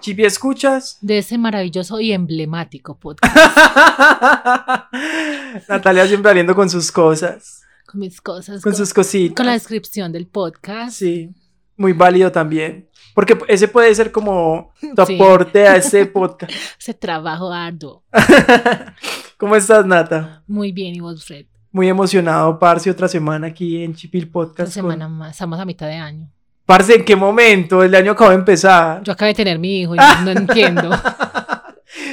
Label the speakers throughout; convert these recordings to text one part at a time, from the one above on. Speaker 1: Silvia Escuchas.
Speaker 2: de ese maravilloso y emblemático podcast
Speaker 1: Natalia siempre saliendo con sus cosas,
Speaker 2: con mis cosas, con,
Speaker 1: con sus cositas.
Speaker 2: con la descripción del podcast.
Speaker 1: Sí, muy válido también. Porque ese puede ser como tu
Speaker 2: Sí.
Speaker 1: aporte a este podcast.
Speaker 2: Ese trabajo arduo.
Speaker 1: ¿Cómo estás, Nata?
Speaker 2: Muy bien, y vos, Fred.
Speaker 1: Muy emocionado, Parce, otra semana aquí en Chipil
Speaker 2: Esta
Speaker 1: Podcast. Pues, con-
Speaker 2: semana más, estamos a mitad de año.
Speaker 1: Parce, ¿en qué momento? El año acaba de empezar.
Speaker 2: Yo acabé de tener mi hijo y no, no entiendo.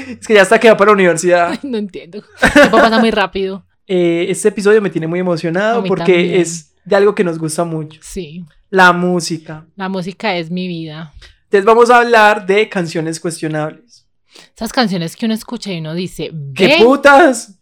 Speaker 1: Es que ya está quedado para la universidad.
Speaker 2: Ay, no entiendo. El tiempo pasa muy rápido.
Speaker 1: Eh, este episodio me tiene muy
Speaker 2: A
Speaker 1: emocionado
Speaker 2: mí
Speaker 1: porque
Speaker 2: también.
Speaker 1: es de algo que nos gusta mucho,
Speaker 2: Sí,
Speaker 1: la música.
Speaker 2: la música es mi vida.
Speaker 1: Entonces vamos a hablar de canciones cuestionables.
Speaker 2: Esas canciones que uno escucha y uno dice,
Speaker 1: ¿Qué
Speaker 2: ¿qué?
Speaker 1: putas?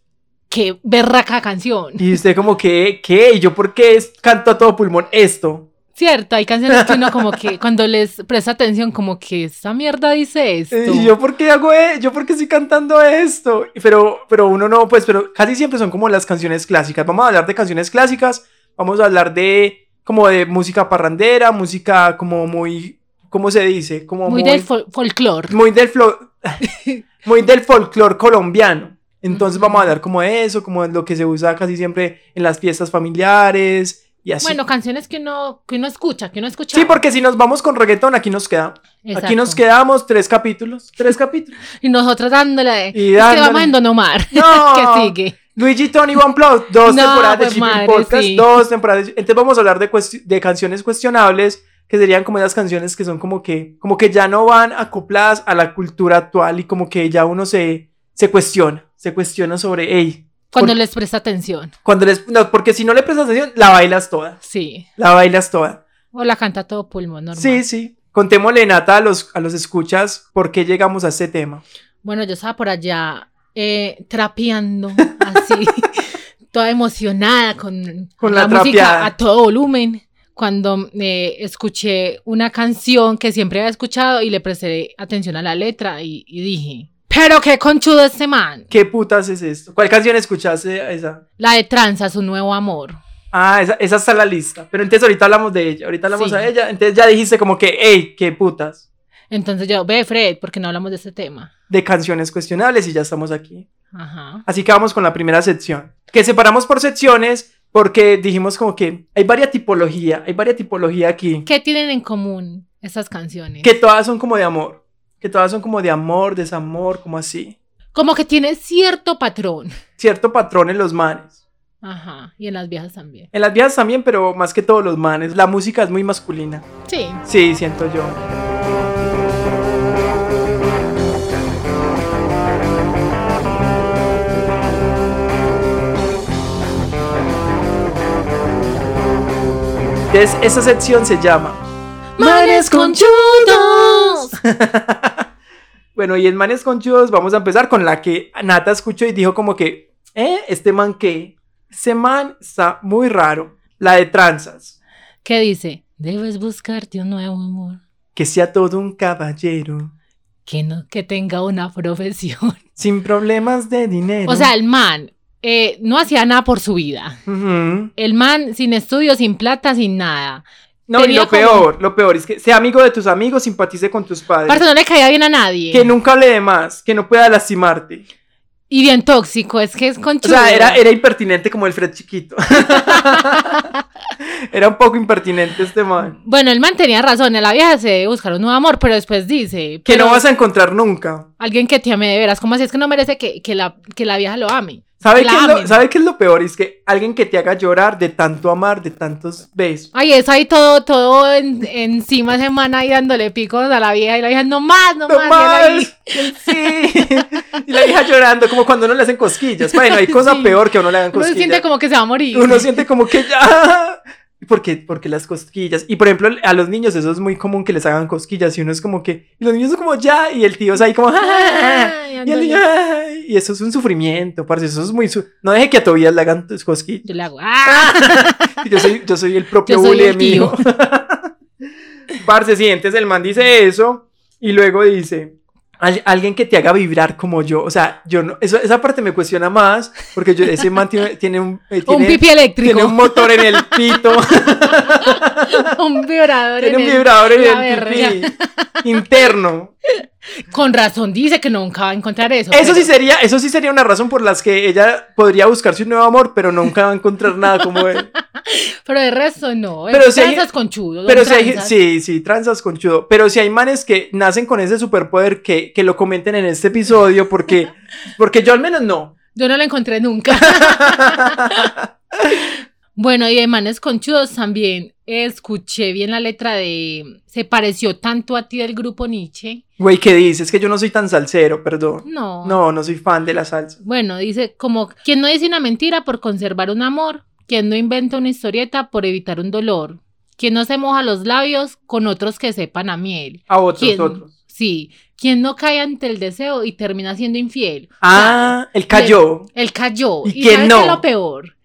Speaker 2: ¿Qué berraca canción?
Speaker 1: Y usted como que, ¿qué? ¿Y yo por qué es- canto a todo pulmón esto?
Speaker 2: Cierto, hay canciones que uno como que cuando les presta atención como que esta mierda dice esto.
Speaker 1: Eh, ¿Y yo por qué hago e- ¿Yo por qué estoy cantando esto? Y Pero, pero uno no, pues, pero casi siempre son como las canciones clásicas. Vamos a hablar de canciones clásicas, vamos a hablar de como de música parrandera, música como muy, ¿cómo se dice? Como
Speaker 2: muy, del fol- folclore.
Speaker 1: muy del flo- muy del folclore colombiano. Entonces
Speaker 2: Ujú.
Speaker 1: vamos a hablar como de eso, como de lo que se usa casi siempre en las fiestas familiares y así.
Speaker 2: Bueno, canciones que uno, que uno escucha, que uno escucha.
Speaker 1: sí, porque si nos vamos con reggaetón, aquí nos queda.
Speaker 2: Exacto.
Speaker 1: Aquí nos quedamos tres capítulos. Tres capítulos.
Speaker 2: Y nosotras dándole. de-
Speaker 1: Y
Speaker 2: es que
Speaker 1: dándole. Ah.
Speaker 2: vamos en Don Omar.
Speaker 1: No.
Speaker 2: que sigue.
Speaker 1: Luigi Tony One Plus, dos
Speaker 2: No,
Speaker 1: temporadas de
Speaker 2: pues,
Speaker 1: Shipping
Speaker 2: madre,
Speaker 1: Podcast,
Speaker 2: sí.
Speaker 1: dos temporadas. de- Entonces vamos a hablar de, cuest- de canciones cuestionables, que serían como esas canciones que son como que, como que ya no van acopladas a la cultura actual y como que ya uno se, se cuestiona, se cuestiona sobre, hey,
Speaker 2: Cuando
Speaker 1: Por-
Speaker 2: les presta atención.
Speaker 1: cuando les, no, porque si no le prestas atención, la bailas toda,
Speaker 2: Sí.
Speaker 1: la bailas toda.
Speaker 2: O la canta a todo pulmón, normal.
Speaker 1: Sí, sí. Contémosle, Nata, a los, a los escuchas por qué llegamos a este tema.
Speaker 2: Bueno, yo estaba por allá eh, trapeando, así, toda emocionada con,
Speaker 1: Con la trapeada.
Speaker 2: música a todo volumen, cuando eh, escuché una canción que siempre había escuchado y le presté atención a la letra y, y dije, pero qué conchudo este man,
Speaker 1: ¿Qué putas es esto? ¿Cuál canción escuchaste? Esa.
Speaker 2: la de Tranza, su nuevo amor.
Speaker 1: Ah, esa, esa está en la lista. Pero entonces ahorita hablamos de ella. Ahorita hablamos
Speaker 2: Sí.
Speaker 1: a ella. Entonces ya dijiste como que, hey, qué putas.
Speaker 2: Entonces yo, ve Fred, porque no hablamos de este tema.
Speaker 1: De canciones cuestionables y ya estamos aquí.
Speaker 2: Ajá.
Speaker 1: Así que vamos con la primera sección. Que separamos por secciones porque dijimos como que hay varias tipología. Hay varias tipología aquí.
Speaker 2: ¿Qué tienen en común esas canciones?
Speaker 1: Que todas son como de amor. Que todas son como de amor, desamor, como así.
Speaker 2: Como que tiene cierto patrón.
Speaker 1: Cierto patrón en los manes.
Speaker 2: Ajá. Y en las viejas también.
Speaker 1: En las viejas también, pero más que todos los manes. La música es muy masculina.
Speaker 2: Sí.
Speaker 1: Sí, siento yo. Entonces, esa sección se llama
Speaker 2: Manes conchudos.
Speaker 1: Bueno, y en Manes Conchudos vamos a empezar con la que Nata escuchó y dijo como que, ¿eh? Este man qué? Ese man está muy raro. La de tranzas.
Speaker 2: ¿Qué dice? Debes buscarte un nuevo amor.
Speaker 1: Que sea todo un caballero.
Speaker 2: Que no, que tenga una profesión.
Speaker 1: Sin problemas de dinero.
Speaker 2: O sea, el man eh, no hacía nada por su vida.
Speaker 1: Ujú.
Speaker 2: El man sin estudio, sin plata, sin nada.
Speaker 1: No, y
Speaker 2: Tenía
Speaker 1: lo
Speaker 2: como-
Speaker 1: peor, lo peor es que sea amigo de tus amigos, simpatice con tus padres.
Speaker 2: Aparte, no le caía bien a nadie.
Speaker 1: Que nunca hable de más, que no pueda lastimarte.
Speaker 2: Y bien tóxico, es que es
Speaker 1: O
Speaker 2: conchudo.
Speaker 1: sea, era, era impertinente como el Fred chiquito. era un poco impertinente este man.
Speaker 2: Bueno, el man tenía razón, la vieja se debe buscar un nuevo amor, pero después dice...
Speaker 1: Que
Speaker 2: pero
Speaker 1: no vas a encontrar nunca.
Speaker 2: Alguien que te ame de veras, ¿cómo así es que no merece que, que la, que la vieja lo ame?
Speaker 1: ¿Sabe
Speaker 2: La
Speaker 1: qué, es lo,
Speaker 2: amen.
Speaker 1: ¿Sabe qué es lo peor? Es que alguien que te haga llorar de tanto amar, de tantos besos.
Speaker 2: Ay, es ahí todo, todo en- encima semana ahí dándole picos a la vieja y la vieja, no más, no,
Speaker 1: No
Speaker 2: más. y él ahí-
Speaker 1: más. Sí. y la hija llorando, como cuando uno le hacen cosquillas. Bueno, hay cosa
Speaker 2: Sí.
Speaker 1: peor que a uno le hagan
Speaker 2: Uno se
Speaker 1: cosquillas.
Speaker 2: siente como que se va a morir.
Speaker 1: uno siente como que ya. Porque, porque las cosquillas. Y por ejemplo, a los niños eso es muy común que les hagan cosquillas. Y uno es como que. Y los niños son como ya. Y el tío es ahí como. "Ah".
Speaker 2: Ay,
Speaker 1: y el
Speaker 2: ándale.
Speaker 1: niño. "Ay". Y eso es un sufrimiento, parce. Eso es muy. su- No deje que a Tobías le hagan tus cosquillas.
Speaker 2: Yo le hago. ¡ah!
Speaker 1: Yo soy, yo soy el propio
Speaker 2: Yo soy
Speaker 1: bully de
Speaker 2: el
Speaker 1: mi hijo. Parce, sí, entonces el man dice eso. Y luego dice. Al- alguien que te haga vibrar como yo. O sea, yo no, eso- esa parte me cuestiona más porque yo, ese man tiene, tiene un... eh,
Speaker 2: Un
Speaker 1: tiene-
Speaker 2: pipi
Speaker 1: tiene
Speaker 2: eléctrico.
Speaker 1: un motor en el pito,
Speaker 2: un vibrador.
Speaker 1: tiene
Speaker 2: en
Speaker 1: un
Speaker 2: el-
Speaker 1: vibrador en
Speaker 2: la
Speaker 1: el
Speaker 2: verga.
Speaker 1: pipí interno.
Speaker 2: Con razón dice que nunca va a encontrar eso.
Speaker 1: Eso sí
Speaker 2: pero-
Speaker 1: sería, eso sí sería una razón por las que ella podría buscarse un nuevo amor, pero nunca va a encontrar nada como él.
Speaker 2: Pero de resto no.
Speaker 1: Pero
Speaker 2: Pero
Speaker 1: si hay-
Speaker 2: con chudos.
Speaker 1: Pero
Speaker 2: son
Speaker 1: si hay,
Speaker 2: tranzas.
Speaker 1: sí, sí, transas con chudo. Pero si hay manes que nacen con ese superpoder, que, que lo comenten en este episodio, porque, porque yo al menos no.
Speaker 2: Yo no la encontré nunca. bueno, y de manes conchudos también escuché bien la letra de se pareció tanto a ti del grupo Nietzsche.
Speaker 1: Güey, ¿qué dices? Que yo no soy tan salsero, perdón.
Speaker 2: No.
Speaker 1: No, no soy fan de la salsa.
Speaker 2: Bueno, dice como quien no dice una mentira por conservar un amor, quien no inventa una historieta por evitar un dolor, quien no se moja los labios con otros que sepan a miel.
Speaker 1: A otros,
Speaker 2: ¿Quién?
Speaker 1: otros.
Speaker 2: Sí, quien no cae ante el deseo y termina siendo infiel.
Speaker 1: Ah, el cayó.
Speaker 2: Él cayó.
Speaker 1: ¿Y
Speaker 2: ¿Y,
Speaker 1: quién
Speaker 2: sabes
Speaker 1: no?
Speaker 2: qué es lo peor?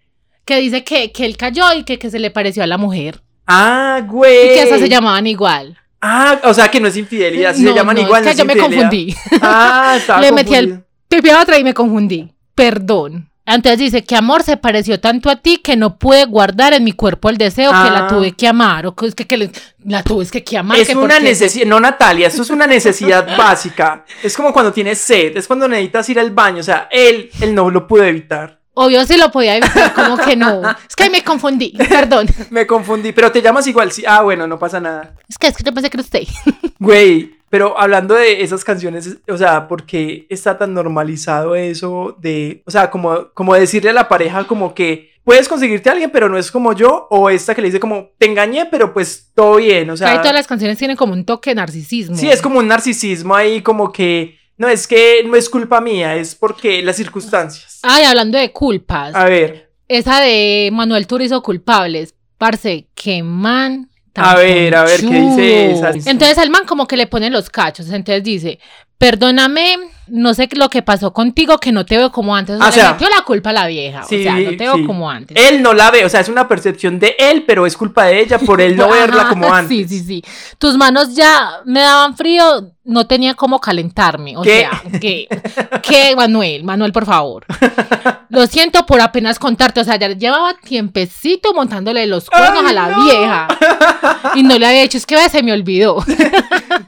Speaker 2: Que dice que, que él cayó y que, que se le pareció a la mujer.
Speaker 1: Ah, güey.
Speaker 2: Y que esas se llamaban igual.
Speaker 1: Ah, o sea que no es infidelidad, si
Speaker 2: No,
Speaker 1: se llaman
Speaker 2: no,
Speaker 1: igual.
Speaker 2: Es que yo
Speaker 1: no es
Speaker 2: me
Speaker 1: infidelidad.
Speaker 2: confundí.
Speaker 1: Ah, estaba
Speaker 2: Le metí el-
Speaker 1: confundido.
Speaker 2: Pepe otra y me confundí. Perdón. Entonces dice que amor se pareció tanto a ti que no pude guardar en mi cuerpo el deseo que
Speaker 1: Ah.
Speaker 2: la tuve que amar. O que, es que, que le- la tuve es que, que amar.
Speaker 1: Es
Speaker 2: que
Speaker 1: una
Speaker 2: porque-
Speaker 1: necesidad, no Natalia, eso es una necesidad básica. Es como cuando tienes sed, es cuando necesitas ir al baño. O sea, él, él no lo pudo evitar.
Speaker 2: Obvio sí lo podía evitar, como que no. Es que me confundí, perdón.
Speaker 1: Me confundí, pero te llamas igual. Sí, ah, bueno, no pasa nada.
Speaker 2: Es que es que yo pensé que era usted.
Speaker 1: Güey, pero hablando de esas canciones, o sea, ¿por qué está tan normalizado eso de, o sea, como, como decirle a la pareja como que puedes conseguirte a alguien, pero no es como yo, o esta que le dice como te engañé, pero pues todo bien, o sea.
Speaker 2: Casi todas las canciones tienen como un toque de narcisismo.
Speaker 1: Sí, es como un narcisismo ahí, como que no es que no es culpa mía, es porque las circunstancias.
Speaker 2: Ay, hablando de culpas.
Speaker 1: A ver,
Speaker 2: Esa de Manuel Turizo culpables. Parce, qué man. tan
Speaker 1: A ver, a ver, ¿qué
Speaker 2: conchudo.
Speaker 1: dice esa?
Speaker 2: Entonces al man como que le pone los cachos. Entonces dice, perdóname, no sé lo que pasó contigo, que no te veo como antes. O sea,
Speaker 1: Ah, sea,
Speaker 2: le metió la culpa a la vieja.
Speaker 1: sí,
Speaker 2: o sea, no te veo
Speaker 1: sí.
Speaker 2: como antes.
Speaker 1: él no la ve, o sea, es una percepción de él, pero es culpa de ella por él no
Speaker 2: Ajá,
Speaker 1: verla como antes.
Speaker 2: Sí, sí, sí. Tus manos ya me daban frío, no tenía cómo calentarme. O
Speaker 1: ¿Qué?
Speaker 2: sea, que, que Manuel, Manuel, por favor. Lo siento por apenas contarte. O sea, ya llevaba tiempecito montándole los cuernos
Speaker 1: ¡Ay,
Speaker 2: a la
Speaker 1: no!
Speaker 2: vieja. Y no le había hecho, es que vea, se me olvidó.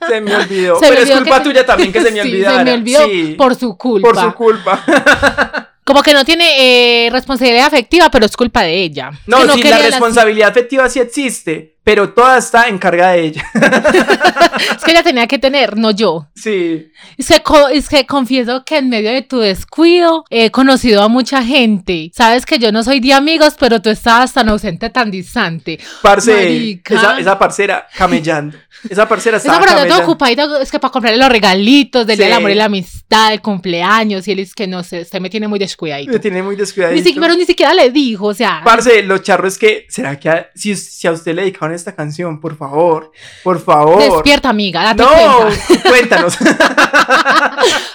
Speaker 1: Se me olvidó.
Speaker 2: Se me
Speaker 1: pero es
Speaker 2: olvidó
Speaker 1: culpa
Speaker 2: que-
Speaker 1: tuya también que se me
Speaker 2: Sí,
Speaker 1: olvidara.
Speaker 2: Se me olvidó
Speaker 1: Sí,
Speaker 2: por su culpa.
Speaker 1: por su culpa.
Speaker 2: Como que no tiene eh, responsabilidad afectiva, pero es culpa de ella.
Speaker 1: No,
Speaker 2: Que
Speaker 1: sí, la
Speaker 2: quería las-
Speaker 1: responsabilidad afectiva sí existe, pero toda está en carga de ella.
Speaker 2: Es que ella tenía que tener, no yo.
Speaker 1: Sí.
Speaker 2: Es que, co- es que confieso que en medio de tu descuido he conocido a mucha gente. Sabes que yo no soy de amigos, pero tú estabas tan ausente, tan distante.
Speaker 1: Parce,
Speaker 2: Marica.
Speaker 1: esa, esa parcera camellando. Esa parcera está
Speaker 2: Esa por allá toda
Speaker 1: camellando.
Speaker 2: ocupadita, es que para comprarle los regalitos del Día del
Speaker 1: Sí.
Speaker 2: amor y la amistad, el cumpleaños, y él es que no sé, usted me tiene muy descuidadito.
Speaker 1: Me tiene muy descuidadito.
Speaker 2: Ni siquiera, pero ni siquiera le dijo, o sea,
Speaker 1: Parce, lo charro es que, ¿será que a- si, si a usted le dedicaron esta canción? Por favor, por favor.
Speaker 2: despierta amiga, date
Speaker 1: no,
Speaker 2: cuenta.
Speaker 1: cuéntanos.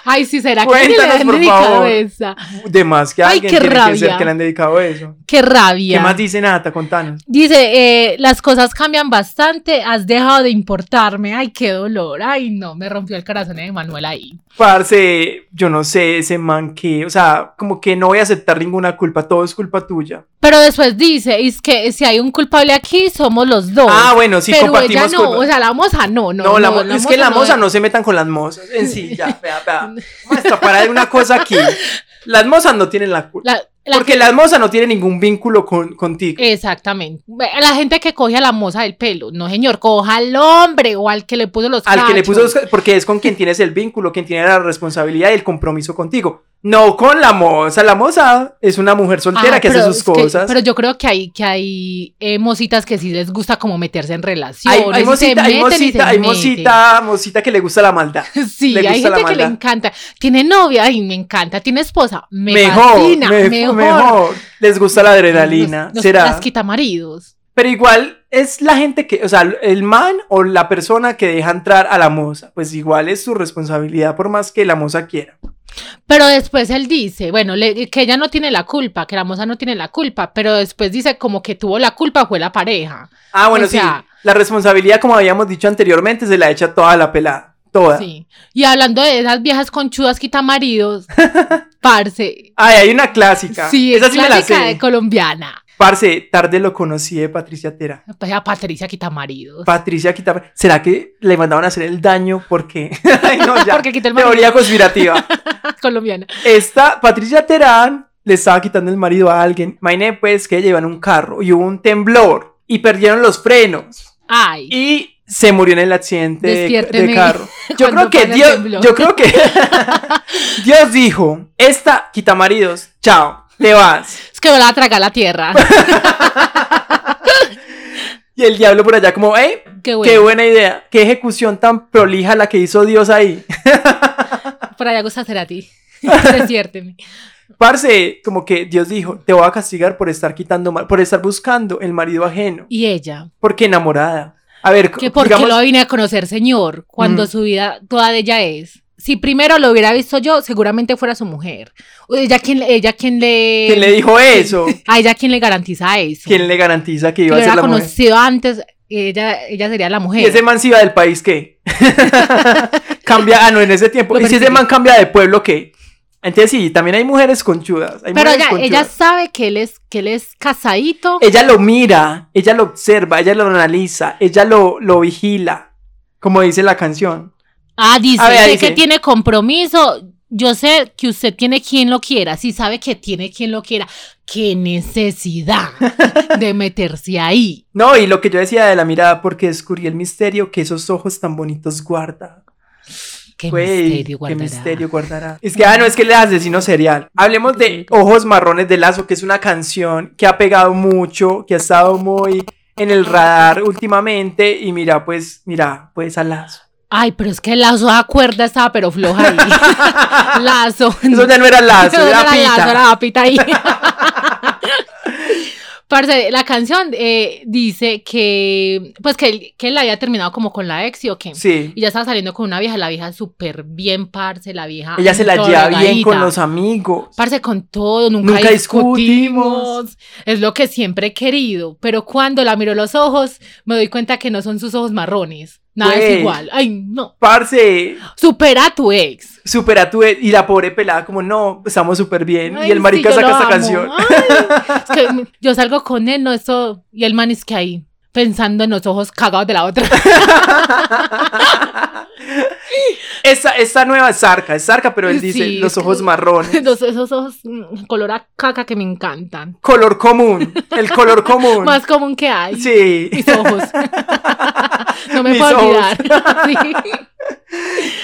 Speaker 2: Ay, sí, será que alguien
Speaker 1: Cuéntanos,
Speaker 2: le han
Speaker 1: por
Speaker 2: dedicado
Speaker 1: favor.
Speaker 2: esa.
Speaker 1: De más que
Speaker 2: Ay,
Speaker 1: alguien
Speaker 2: qué
Speaker 1: tiene que ser
Speaker 2: rabia.
Speaker 1: que le han dedicado eso.
Speaker 2: Qué rabia.
Speaker 1: ¿Qué más dice Nata? Contanos.
Speaker 2: Dice, eh, las cosas cambian bastante, has dejado de importarme, ay, qué dolor, ay, no, me rompió el corazón de Manuel ahí.
Speaker 1: Parce, yo no sé, ese man que, o sea, como que no voy a aceptar ninguna culpa, todo es culpa tuya.
Speaker 2: Pero después dice, es que si hay un culpable aquí, somos los dos.
Speaker 1: ah, bueno, sí,
Speaker 2: Oh, pero
Speaker 1: compartimos
Speaker 2: ella no,
Speaker 1: culpa.
Speaker 2: o sea, la moza no, no.
Speaker 1: no, la mo- es que la moza
Speaker 2: es-
Speaker 1: no se metan con las mozas. En sí, ya, vea, vea. Maestra, para de una cosa aquí. Las mozas no tienen la culpa.
Speaker 2: la- la-
Speaker 1: porque las mozas no tienen ningún vínculo con, contigo.
Speaker 2: Exactamente. La gente que coge a la moza del pelo, no señor, coja al hombre o al que le puso los
Speaker 1: al que le
Speaker 2: cachos.
Speaker 1: puso los ca- porque es con quien tienes el vínculo, quien tiene la responsabilidad y el compromiso contigo. No con la moza, la moza es una mujer soltera
Speaker 2: Ah,
Speaker 1: que hace
Speaker 2: pero
Speaker 1: sus
Speaker 2: es que-
Speaker 1: cosas.
Speaker 2: pero yo creo que hay, que hay eh, mositas que sí les gusta como meterse en relaciones.
Speaker 1: hay, hay
Speaker 2: y se
Speaker 1: mosita, hay
Speaker 2: meten y se
Speaker 1: mosita, hay
Speaker 2: meten.
Speaker 1: mosita, mosita que le gusta la maldad.
Speaker 2: Sí,
Speaker 1: Le
Speaker 2: hay
Speaker 1: gusta la
Speaker 2: gente que le
Speaker 1: maldad.
Speaker 2: encanta. Tiene novia, ay, me encanta. Tiene esposa, me
Speaker 1: mejor,
Speaker 2: fascina,
Speaker 1: me-
Speaker 2: mejor.
Speaker 1: mejor. Les gusta la adrenalina,
Speaker 2: Nos- nos-
Speaker 1: será.
Speaker 2: Las quita maridos.
Speaker 1: Pero igual es la gente que, o sea, el man o la persona que deja entrar a la moza, pues igual es su responsabilidad por más que la moza quiera.
Speaker 2: Pero después él dice, bueno, le- que ella no tiene la culpa, que la moza no tiene la culpa, pero después dice como que tuvo la culpa fue la pareja.
Speaker 1: Ah, bueno,
Speaker 2: O sea-
Speaker 1: sí. La responsabilidad, como habíamos dicho anteriormente, se la echa toda la pelada. Toda.
Speaker 2: Sí. Y hablando de esas viejas conchudas quita maridos, parce.
Speaker 1: Ay, hay una clásica.
Speaker 2: Sí,
Speaker 1: Esa
Speaker 2: es
Speaker 1: sí me la
Speaker 2: clásica
Speaker 1: sé.
Speaker 2: de colombiana.
Speaker 1: Parce, tarde lo conocí de Patricia Tera.
Speaker 2: Pues a Patricia quita maridos.
Speaker 1: Patricia quitaba. ¿Será que le mandaban a hacer el daño? porque Ay, no, ya.
Speaker 2: Porque quita el marido.
Speaker 1: Teoría conspirativa.
Speaker 2: colombiana.
Speaker 1: Esta Patricia Terán le estaba quitando el marido a alguien. Imagine pues que llevan un carro y hubo un temblor y perdieron los frenos
Speaker 2: Ay.
Speaker 1: y se murió en el accidente de,
Speaker 2: Despiérteme
Speaker 1: de carro. Yo creo
Speaker 2: cuando
Speaker 1: que
Speaker 2: pase el
Speaker 1: Dios,
Speaker 2: temblor.
Speaker 1: yo creo que Dios dijo, esta quita maridos, chao, te vas.
Speaker 2: Es que me la va a tragar la tierra.
Speaker 1: Y el diablo por allá como, "Ey,
Speaker 2: Qué bueno.
Speaker 1: qué buena idea, qué ejecución tan prolija la que hizo Dios ahí."
Speaker 2: Por allá gusta hacer a ti. Despiérteme.
Speaker 1: Parce, como que Dios dijo, "Te voy a castigar por estar quitando, mar- por estar buscando el marido ajeno."
Speaker 2: Y ella.
Speaker 1: Porque enamorada. A ver,
Speaker 2: Que porque
Speaker 1: digamos,
Speaker 2: lo vine a conocer, señor, cuando
Speaker 1: Mm.
Speaker 2: su vida toda de ella es. Si primero lo hubiera visto yo, seguramente fuera su mujer. O Ella quien, ella quien le.
Speaker 1: ¿quién le dijo eso?
Speaker 2: A ella quien le garantiza eso.
Speaker 1: ¿Quién le garantiza que
Speaker 2: Que
Speaker 1: iba
Speaker 2: lo
Speaker 1: a ser
Speaker 2: hubiera
Speaker 1: la mujer?
Speaker 2: conocido antes, ella, ella sería la mujer.
Speaker 1: ¿Y ese man si iba del país qué? cambia, ah, no, en ese tiempo.
Speaker 2: No,
Speaker 1: ¿Y
Speaker 2: pero
Speaker 1: si
Speaker 2: es
Speaker 1: ese
Speaker 2: que-
Speaker 1: man cambia de pueblo qué? Entonces sí, también hay mujeres conchudas. Hay
Speaker 2: Pero
Speaker 1: mujeres
Speaker 2: ella, ella
Speaker 1: conchudas.
Speaker 2: sabe que él es, que él es casadito.
Speaker 1: Ella lo mira, ella lo observa, ella lo analiza, ella lo, lo vigila, como dice la canción.
Speaker 2: Ah, dice,
Speaker 1: A ver,
Speaker 2: sé
Speaker 1: dice.
Speaker 2: que tiene compromiso. Yo sé que usted tiene quien lo quiera. Si sabe que tiene quien lo quiera, qué necesidad de meterse ahí.
Speaker 1: No, y lo que yo decía de la mirada, porque descubrí el misterio que esos ojos tan bonitos guardan.
Speaker 2: Qué
Speaker 1: Güey,
Speaker 2: misterio guardará.
Speaker 1: Qué misterio guardará. Es que, ah, no, es que el asesino serial. Hablemos de Ojos Marrones de Lazo, que es una canción que ha pegado mucho, que ha estado muy en el radar últimamente. Y mira, pues, mira, pues a Lazo.
Speaker 2: Ay, pero es que Lazo a cuerda estaba pero floja ahí. Lazo.
Speaker 1: Eso ya no era Lazo,
Speaker 2: Eso
Speaker 1: era
Speaker 2: era Lazo,
Speaker 1: Pita.
Speaker 2: era la pita ahí. Parce, la canción eh, dice que, pues que, él- que él había terminado como con la ex y o qué.
Speaker 1: Sí.
Speaker 2: Y ya estaba saliendo con una vieja, la vieja súper bien, parce, la vieja.
Speaker 1: Ella se la
Speaker 2: toda
Speaker 1: lleva bien
Speaker 2: drogadita.
Speaker 1: con los amigos.
Speaker 2: Parce, con todo, nunca,
Speaker 1: Nunca discutimos.
Speaker 2: discutimos. Es lo que siempre he querido. Pero cuando la miro los ojos, me doy cuenta que no son sus ojos marrones. Nada
Speaker 1: Güey.
Speaker 2: es igual. Ay, no.
Speaker 1: Parce,
Speaker 2: Supera a tu ex.
Speaker 1: supera tú. Y la pobre pelada, como no, estamos súper bien.
Speaker 2: Ay,
Speaker 1: y el marica
Speaker 2: sí, yo
Speaker 1: saca
Speaker 2: lo
Speaker 1: esta
Speaker 2: amo.
Speaker 1: canción.
Speaker 2: Ay, es que m- yo salgo con él, no, eso. Y el man es que ahí, pensando en los ojos cagados de la otra.
Speaker 1: Esta, esta nueva es Zarca, es Zarca, pero él dice
Speaker 2: Sí,
Speaker 1: los
Speaker 2: es que-
Speaker 1: ojos marrones.
Speaker 2: Los- esos ojos mm, color a caca que me encantan.
Speaker 1: Color común, el color común.
Speaker 2: Más común que hay.
Speaker 1: Sí.
Speaker 2: Mis ojos. no me
Speaker 1: Mis
Speaker 2: puedo
Speaker 1: ojos.
Speaker 2: olvidar. Sí.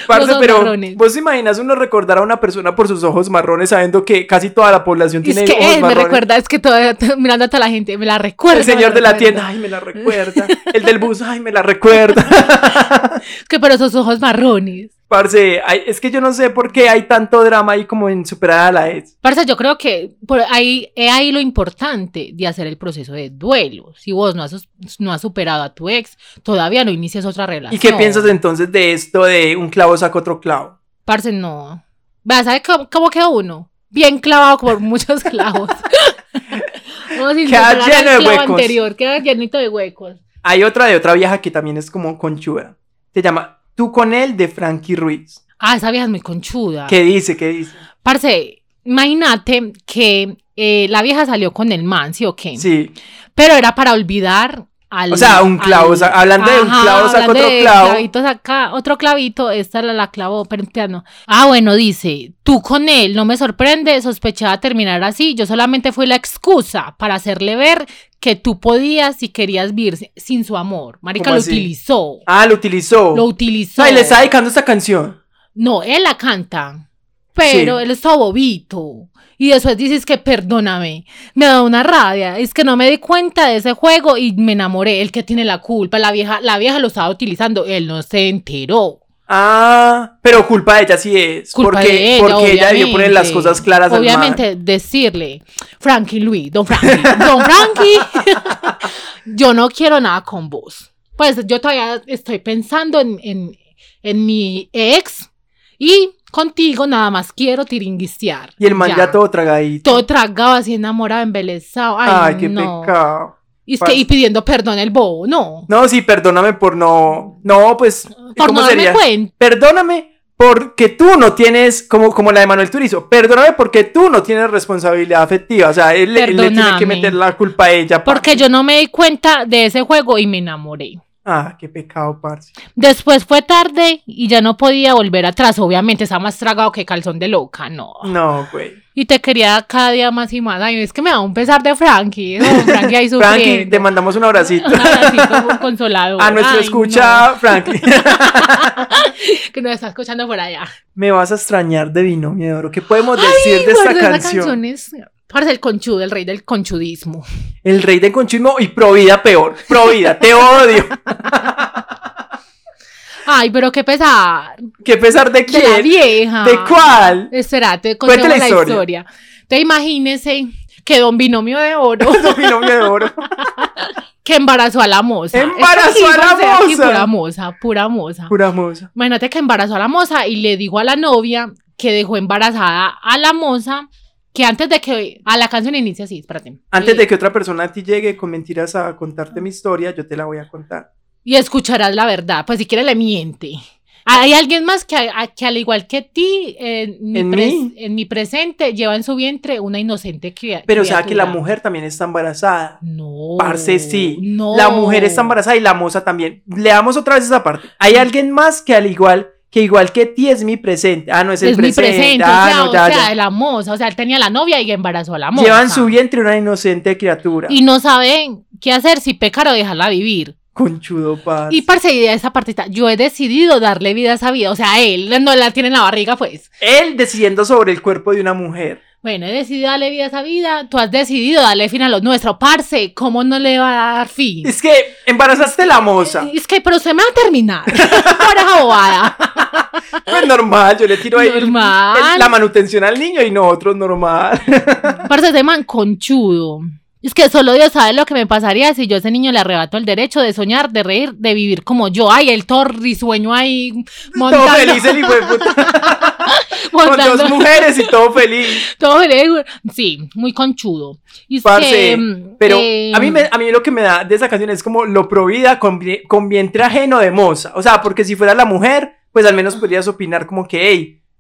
Speaker 1: Parce,
Speaker 2: ojos
Speaker 1: pero
Speaker 2: marrones.
Speaker 1: vos te imaginas uno recordar a una persona por sus ojos marrones sabiendo que casi toda la población
Speaker 2: Es
Speaker 1: tiene
Speaker 2: que
Speaker 1: ojos
Speaker 2: eh, me
Speaker 1: marrones.
Speaker 2: recuerda, es que todavía mirando a toda la gente, me la recuerda.
Speaker 1: el señor
Speaker 2: me
Speaker 1: de la
Speaker 2: recuerda.
Speaker 1: tienda, ay, me la recuerda. El del bus, ay, me la recuerda.
Speaker 2: Es que pero esos ojos marrones.
Speaker 1: Parce, ay, es que yo no sé por qué hay tanto drama ahí como en superar a la ex.
Speaker 2: Parce, yo creo que por ahí es ahí lo importante de hacer el proceso de duelo. Si vos no has, sus- no has superado a tu ex, todavía no inicias otra relación.
Speaker 1: ¿Y qué piensas entonces de esto de un clavo saca otro clavo?
Speaker 2: Parce, no. Vea, ¿sabes cómo, cómo quedó uno? Bien clavado por muchos clavos. Vamos a
Speaker 1: Queda
Speaker 2: incorporar
Speaker 1: lleno
Speaker 2: al
Speaker 1: de
Speaker 2: clavo
Speaker 1: huecos.
Speaker 2: anterior, queda llenito de huecos.
Speaker 1: Hay otra de otra vieja que también es como conchuda. Se llama Tú con él de Frankie Ruiz.
Speaker 2: Ah, esa vieja es muy conchuda.
Speaker 1: ¿Qué dice? ¿Qué dice?
Speaker 2: Parce, imagínate que eh, la vieja salió con el man, ¿sí o qué?
Speaker 1: Sí.
Speaker 2: Pero era para olvidar al.
Speaker 1: O sea, un clavo,
Speaker 2: al-
Speaker 1: o sea, hablando de un clavo, saca
Speaker 2: hablando
Speaker 1: otro
Speaker 2: de
Speaker 1: clavo.
Speaker 2: Clavito saca otro clavito, esta la, la clavó, pero ya no. Ah, bueno, dice, tú con él, no me sorprende, sospechaba terminar así. Yo solamente fui la excusa para hacerle ver que tú podías y querías vivir sin su amor. Marica
Speaker 1: ¿Cómo
Speaker 2: lo
Speaker 1: así?
Speaker 2: utilizó.
Speaker 1: Ah, lo utilizó.
Speaker 2: Lo utilizó.
Speaker 1: Ay, le está dedicando esta canción.
Speaker 2: No, él la canta. Pero
Speaker 1: Sí.
Speaker 2: él estaba bobito. Y después dices que perdóname. Me da una rabia. Es que no me di cuenta de ese juego y me enamoré. El que tiene la culpa. La vieja, la vieja lo estaba utilizando. Él no se enteró.
Speaker 1: Ah, pero culpa de ella sí es.
Speaker 2: Culpa
Speaker 1: porque
Speaker 2: de ella,
Speaker 1: porque ella debió
Speaker 2: obviamente.
Speaker 1: poner las cosas claras al man.
Speaker 2: Obviamente, decirle, Frankie Luis, don Frankie, don Frankie, yo no quiero nada con vos. Pues yo todavía estoy pensando en, en, en mi ex y contigo nada más quiero tiringuistear.
Speaker 1: Y el man ya, todo tragadito.
Speaker 2: Todo tragado, así enamorado, embelesado. Ay,
Speaker 1: Ay, qué
Speaker 2: no.
Speaker 1: pecado.
Speaker 2: Y, es que- y pidiendo perdón el bobo, no.
Speaker 1: No, sí, perdóname por no. No, pues.
Speaker 2: Por
Speaker 1: ¿cómo
Speaker 2: no
Speaker 1: sería?
Speaker 2: darme cuenta.
Speaker 1: Perdóname porque tú no tienes, como, como la de Manuel Turizo, perdóname porque tú no tienes responsabilidad afectiva. O sea, él, le- él le tiene que
Speaker 2: Perdóname.
Speaker 1: meter la culpa a ella. parce.
Speaker 2: Porque yo no me di cuenta de ese juego y me enamoré.
Speaker 1: Ah, qué pecado, parce.
Speaker 2: Después fue tarde y ya no podía volver atrás. Obviamente estaba más tragado que calzón de loca, no.
Speaker 1: No, güey.
Speaker 2: Y te quería cada día más y más. Ay, es que me da un pesar de Frankie. ¿no? Frankie ahí
Speaker 1: Frankie,
Speaker 2: sufriendo.
Speaker 1: te mandamos un abracito.
Speaker 2: Un abracito, un consolador.
Speaker 1: A nuestro
Speaker 2: Ay,
Speaker 1: escucha, Frankie.
Speaker 2: no, que nos está escuchando por allá.
Speaker 1: Me vas a extrañar de vino, mi oro. ¿Qué podemos decir de
Speaker 2: Guarda,
Speaker 1: esta
Speaker 2: esa
Speaker 1: canción?
Speaker 2: canción es parce, el conchudo, el rey del conchudismo.
Speaker 1: El rey del conchismo y Provida peor. Provida, te odio.
Speaker 2: Ay, pero qué pesar.
Speaker 1: ¿Qué pesar de
Speaker 2: De la
Speaker 1: quién?
Speaker 2: vieja.
Speaker 1: ¿De cuál?
Speaker 2: Espérate,
Speaker 1: Cuente la
Speaker 2: contemos la historia.
Speaker 1: historia.
Speaker 2: Te imagínese que don Binomio de Oro
Speaker 1: No, mi novio de oro.
Speaker 2: que embarazó a la moza.
Speaker 1: Embarazó
Speaker 2: Esto sí
Speaker 1: a la
Speaker 2: iba ser aquí
Speaker 1: moza.
Speaker 2: Pura moza, pura moza.
Speaker 1: Pura moza.
Speaker 2: Imagínate que embarazó a la moza y le digo a la novia que dejó embarazada a la moza que antes de que a la canción inicie así, espérate.
Speaker 1: Antes
Speaker 2: Y-
Speaker 1: de que otra persona a ti llegue con mentiras a contarte mi historia, yo te la voy a contar.
Speaker 2: y escucharás la verdad, pues si quieres le miente. Hay alguien más que, a- que al igual que ti, en mi,
Speaker 1: ¿En
Speaker 2: pres-
Speaker 1: mí?
Speaker 2: en mi presente, lleva en su vientre una inocente cria- criatura.
Speaker 1: Pero o sea que la mujer también está embarazada.
Speaker 2: No.
Speaker 1: Parce, sí.
Speaker 2: No.
Speaker 1: La mujer está embarazada y la moza también. Leamos otra vez esa parte. Hay alguien más que al igual que igual que ti es mi presente. Ah, no es el
Speaker 2: Es mi
Speaker 1: presente.
Speaker 2: presente,
Speaker 1: Ah,
Speaker 2: o sea,
Speaker 1: no,
Speaker 2: o
Speaker 1: ya,
Speaker 2: sea,
Speaker 1: ya.
Speaker 2: la moza, o sea, él tenía la novia y embarazó a la moza.
Speaker 1: Llevan su vientre una inocente criatura.
Speaker 2: Y no saben qué hacer, si pecar o dejarla vivir.
Speaker 1: Conchudo paz.
Speaker 2: Y parce, y de esa partita, yo he decidido darle vida a esa vida, o sea, él no la tiene en la barriga, pues.
Speaker 1: Él decidiendo sobre el cuerpo de una mujer.
Speaker 2: Bueno, he decidido darle vida a esa vida. Tú has decidido darle fin a los nuestros. Parce, ¿cómo no le va a dar fin?
Speaker 1: Es que embarazaste la moza.
Speaker 2: Es que, pero se me va a terminar. Por esa bobada.
Speaker 1: No es Ah, normal, yo le tiro ahí el-
Speaker 2: Normal.
Speaker 1: el- la manutención al niño y nosotros normal.
Speaker 2: Parce, ese man conchudo. Es que solo Dios sabe lo que me pasaría si yo a ese niño le arrebato el derecho de soñar, de reír, de vivir como yo. Ay, el torri sueño ahí montando.
Speaker 1: Todo feliz el hijo de puta. Con
Speaker 2: montando-
Speaker 1: dos mujeres y todo feliz.
Speaker 2: todo feliz. Sí, muy conchudo. Y es
Speaker 1: Parce,
Speaker 2: que, mm,
Speaker 1: Pero
Speaker 2: eh,
Speaker 1: a, mí me- a mí lo que me da de esa canción es como lo provida con, vie- con vientre ajeno de moza. O sea, porque si fuera la mujer, pues al menos podrías opinar como que,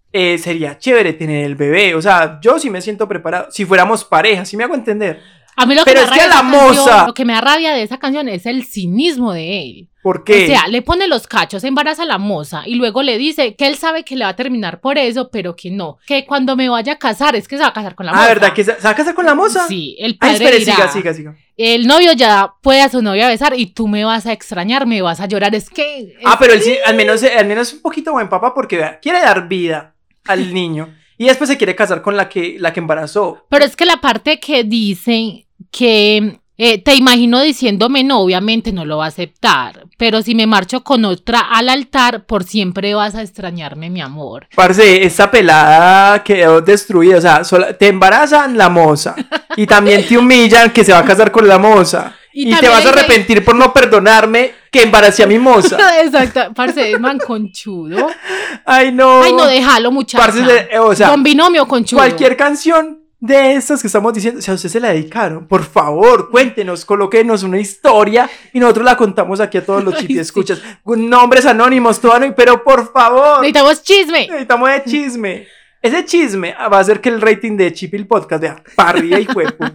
Speaker 1: hey, sería chévere tener el bebé. O sea, yo sí me siento preparado. Si fuéramos pareja, sí me hago entender.
Speaker 2: A mí lo que
Speaker 1: Pero
Speaker 2: me
Speaker 1: es
Speaker 2: da
Speaker 1: que
Speaker 2: rabia
Speaker 1: la
Speaker 2: de esa canción-
Speaker 1: moza-
Speaker 2: Lo que me da rabia de esa canción es el cinismo de él.
Speaker 1: ¿Por qué?
Speaker 2: O sea, le pone los cachos, embaraza a la moza y luego le dice que él sabe que le va a terminar por eso, pero que no. Que cuando me vaya a casar, es que se va a casar con la moza.
Speaker 1: ah, ¿verdad? ¿Que se, se va a casar con la moza?
Speaker 2: Sí, el
Speaker 1: Ah,
Speaker 2: padre
Speaker 1: espere,
Speaker 2: dirá,
Speaker 1: siga, siga, siga.
Speaker 2: el novio ya puede a su novia besar y tú me vas a extrañar, me vas a llorar, es que...
Speaker 1: Ah, pero él sí, al menos, al menos un poquito buen papá porque vea, quiere dar vida al niño y después se quiere casar con la que, la que embarazó.
Speaker 2: Pero es que la parte que dice que eh, te imagino diciéndome no, obviamente no lo va a aceptar, pero si me marcho con otra al altar, por siempre vas a extrañarme, mi amor.
Speaker 1: Parce, esta pelada quedó destruida, o sea, sola- te embarazan la moza y también te humillan que se va a casar con la moza
Speaker 2: Y
Speaker 1: y, te
Speaker 2: también
Speaker 1: vas a
Speaker 2: le-
Speaker 1: arrepentir por no perdonarme que embaracé a mi moza.
Speaker 2: Exacto, parce, es manconchudo.
Speaker 1: Ay, no.
Speaker 2: Ay, no, déjalo, muchacha.
Speaker 1: Parce, le- eh, o sea,
Speaker 2: Con binomio conchudo.
Speaker 1: Cualquier canción de estas que estamos diciendo, o sea, ustedes se la dedicaron, por favor, cuéntenos, colóquenos una historia y nosotros la contamos aquí a todos los
Speaker 2: Ay,
Speaker 1: chipi escuchas. Nombres anónimos, todo anónimo, pero por favor,
Speaker 2: Necesitamos chisme.
Speaker 1: necesitamos de chisme. Ese chisme va a hacer que el rating de Chipil Podcast vea parrilla y cuerpo.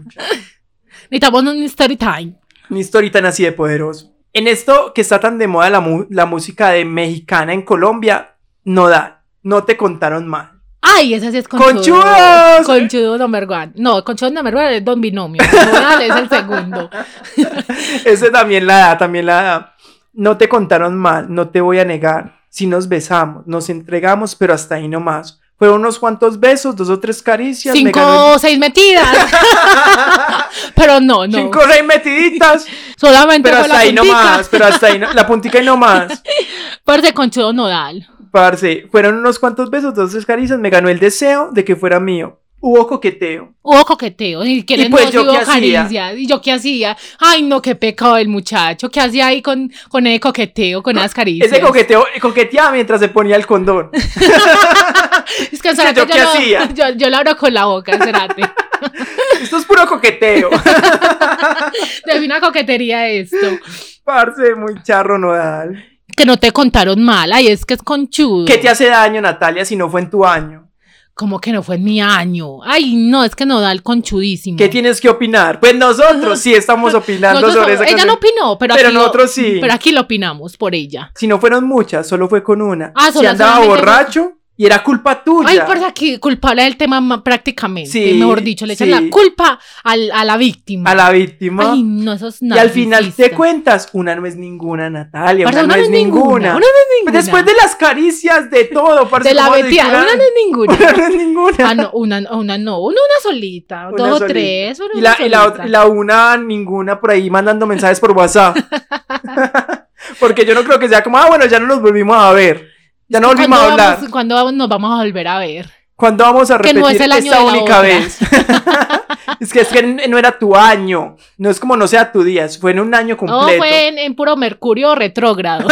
Speaker 2: Necesitamos un story time.
Speaker 1: Una historia tan así de poderoso. En esto que está tan de moda la, mu- la música de mexicana en Colombia, no da, no te contaron mal.
Speaker 2: Ay, esa sí es conchudo.
Speaker 1: ¡Conchudos!
Speaker 2: Conchudo number one. No, conchudo number one es don binomio. Donal es el segundo.
Speaker 1: Ese también la da, también la da. No te contaron mal, no te voy a negar. Si nos besamos, nos entregamos, pero hasta ahí nomás. Fueron unos cuantos besos, dos o tres caricias. me
Speaker 2: Cinco
Speaker 1: ganó
Speaker 2: o seis metidas. Pero no,
Speaker 1: el-
Speaker 2: no.
Speaker 1: Cinco seis metiditas,
Speaker 2: Solamente
Speaker 1: pero
Speaker 2: fue la
Speaker 1: hasta ahí
Speaker 2: puntica.
Speaker 1: nomás, pero hasta ahí, no- la puntica y nomás.
Speaker 2: Parce conchudo nodal.
Speaker 1: Parce, fueron unos cuantos besos, dos o tres caricias, me ganó el deseo de que fuera mío. Hubo coqueteo.
Speaker 2: Hubo coqueteo, y que
Speaker 1: Y
Speaker 2: les
Speaker 1: pues,
Speaker 2: no,
Speaker 1: ¿yo
Speaker 2: si hubo
Speaker 1: qué hacía?
Speaker 2: caricias, y yo qué hacía, ay no, qué pecado el muchacho, qué hacía ahí con, con el coqueteo, con las caricias.
Speaker 1: Ese coqueteo eh, coqueteaba mientras se ponía el condón.
Speaker 2: Es que, Cerati,
Speaker 1: yo
Speaker 2: yo,
Speaker 1: qué
Speaker 2: lo-
Speaker 1: hacía.
Speaker 2: yo, yo lo abro con la boca, Cerati.
Speaker 1: Esto es puro coqueteo.
Speaker 2: De una coquetería esto.
Speaker 1: Parce, muy charro nodal.
Speaker 2: Que no te contaron mal. Ay, es que es conchudo.
Speaker 1: ¿Qué te hace daño, Natalia, si no fue en tu año?
Speaker 2: Como que no fue en mi año. Ay, no, es que no da el conchudísimo.
Speaker 1: ¿Qué tienes que opinar? Pues nosotros sí estamos opinando
Speaker 2: Nosotros
Speaker 1: sobre
Speaker 2: no-
Speaker 1: esa
Speaker 2: ella
Speaker 1: canción.
Speaker 2: no opinó, pero,
Speaker 1: Pero
Speaker 2: aquí lo-
Speaker 1: nosotros sí.
Speaker 2: Pero aquí lo opinamos por ella.
Speaker 1: Si no fueron muchas, solo fue con una.
Speaker 2: Ah,
Speaker 1: si
Speaker 2: solo-
Speaker 1: andaba
Speaker 2: solamente-
Speaker 1: borracho y era culpa tuya.
Speaker 2: Ay, por aquí culpable del tema ma- prácticamente.
Speaker 1: Sí,
Speaker 2: mejor dicho, le echan
Speaker 1: sí.
Speaker 2: la culpa al- a la víctima.
Speaker 1: A la víctima.
Speaker 2: Ay, no, eso es
Speaker 1: y al final te
Speaker 2: narcisista.
Speaker 1: cuentas, una no es ninguna, Natalia.
Speaker 2: Parce,
Speaker 1: una, no es ninguna.
Speaker 2: Una no es ninguna.
Speaker 1: Después de las caricias, de todo, parce,
Speaker 2: de la
Speaker 1: ¿cómo vas a decir "Ah".
Speaker 2: beteada, una no es ninguna.
Speaker 1: Una no es ninguna.
Speaker 2: Ah, no, una, una no, una, una solita,
Speaker 1: Una
Speaker 2: dos o
Speaker 1: solita.
Speaker 2: tres. una
Speaker 1: Y la, y la
Speaker 2: solita.
Speaker 1: otra- y la una, ninguna por ahí mandando mensajes por WhatsApp. Porque yo no creo que sea como, ah, bueno, ya no nos volvimos a ver. Ya no volvimos a
Speaker 2: ¿Cuándo
Speaker 1: hablar.
Speaker 2: vamos- ¿Cuándo vamos- nos vamos a volver a ver?
Speaker 1: ¿Cuándo vamos a
Speaker 2: Que
Speaker 1: repetir
Speaker 2: no es el año
Speaker 1: esta
Speaker 2: de la
Speaker 1: única
Speaker 2: otra.
Speaker 1: vez? es que es que n- no era tu año. No es como no sea tu día. Fue en un año
Speaker 2: No,
Speaker 1: completo.
Speaker 2: fue en, en puro mercurio retrógrado.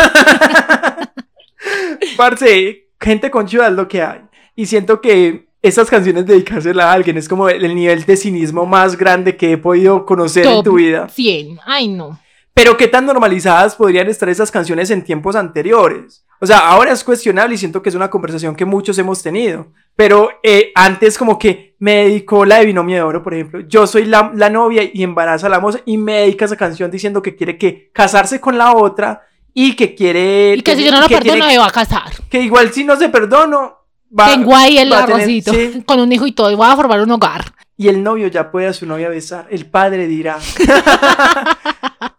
Speaker 1: Parce, gente conchuda es lo que hay. Y siento que esas canciones dedicárselas a alguien es como el, el nivel de cinismo más grande que he podido conocer en
Speaker 2: Top.
Speaker 1: tu vida.
Speaker 2: 100. Ay, no.
Speaker 1: Pero qué tan normalizadas podrían estar esas canciones en tiempos anteriores. O sea, ahora es cuestionable y siento que es una conversación que muchos hemos tenido. Pero eh, antes como que me dedicó la de Binomio de Oro, por ejemplo. Yo soy la, la novia y embaraza a la moza y me dedica esa canción diciendo que quiere que casarse con la otra y que quiere...
Speaker 2: Y que si yo no lo
Speaker 1: que Eh, tiene-
Speaker 2: perdono, me va a casar.
Speaker 1: que igual si no se perdono, va,
Speaker 2: Tengo ahí el
Speaker 1: va a tener-
Speaker 2: arrocito
Speaker 1: sí,
Speaker 2: con un hijo y todo, y voy a formar un hogar.
Speaker 1: y el novio ya puede a su novia besar, el padre dirá.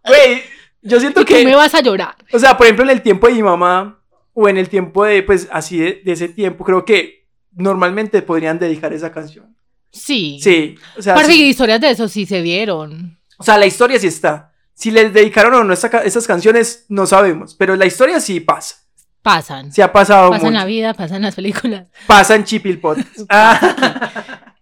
Speaker 1: Güey, yo siento
Speaker 2: Y tú
Speaker 1: que,
Speaker 2: me vas a llorar.
Speaker 1: o sea, por ejemplo, en el tiempo de mi mamá, o en el tiempo de, pues, así de, de ese tiempo, creo que normalmente podrían dedicar esa canción.
Speaker 2: Sí.
Speaker 1: Sí, o sea,
Speaker 2: Parce,
Speaker 1: sí.
Speaker 2: y historias de eso sí se vieron.
Speaker 1: o sea, la historia sí está. Si les dedicaron o no esa ca- esas canciones, no sabemos, pero la historia sí pasa.
Speaker 2: Pasan.
Speaker 1: Sí ha pasado
Speaker 2: Pasan la
Speaker 1: mucho.
Speaker 2: vida, pasan las películas.
Speaker 1: Pasa en Chipilpot. Ah,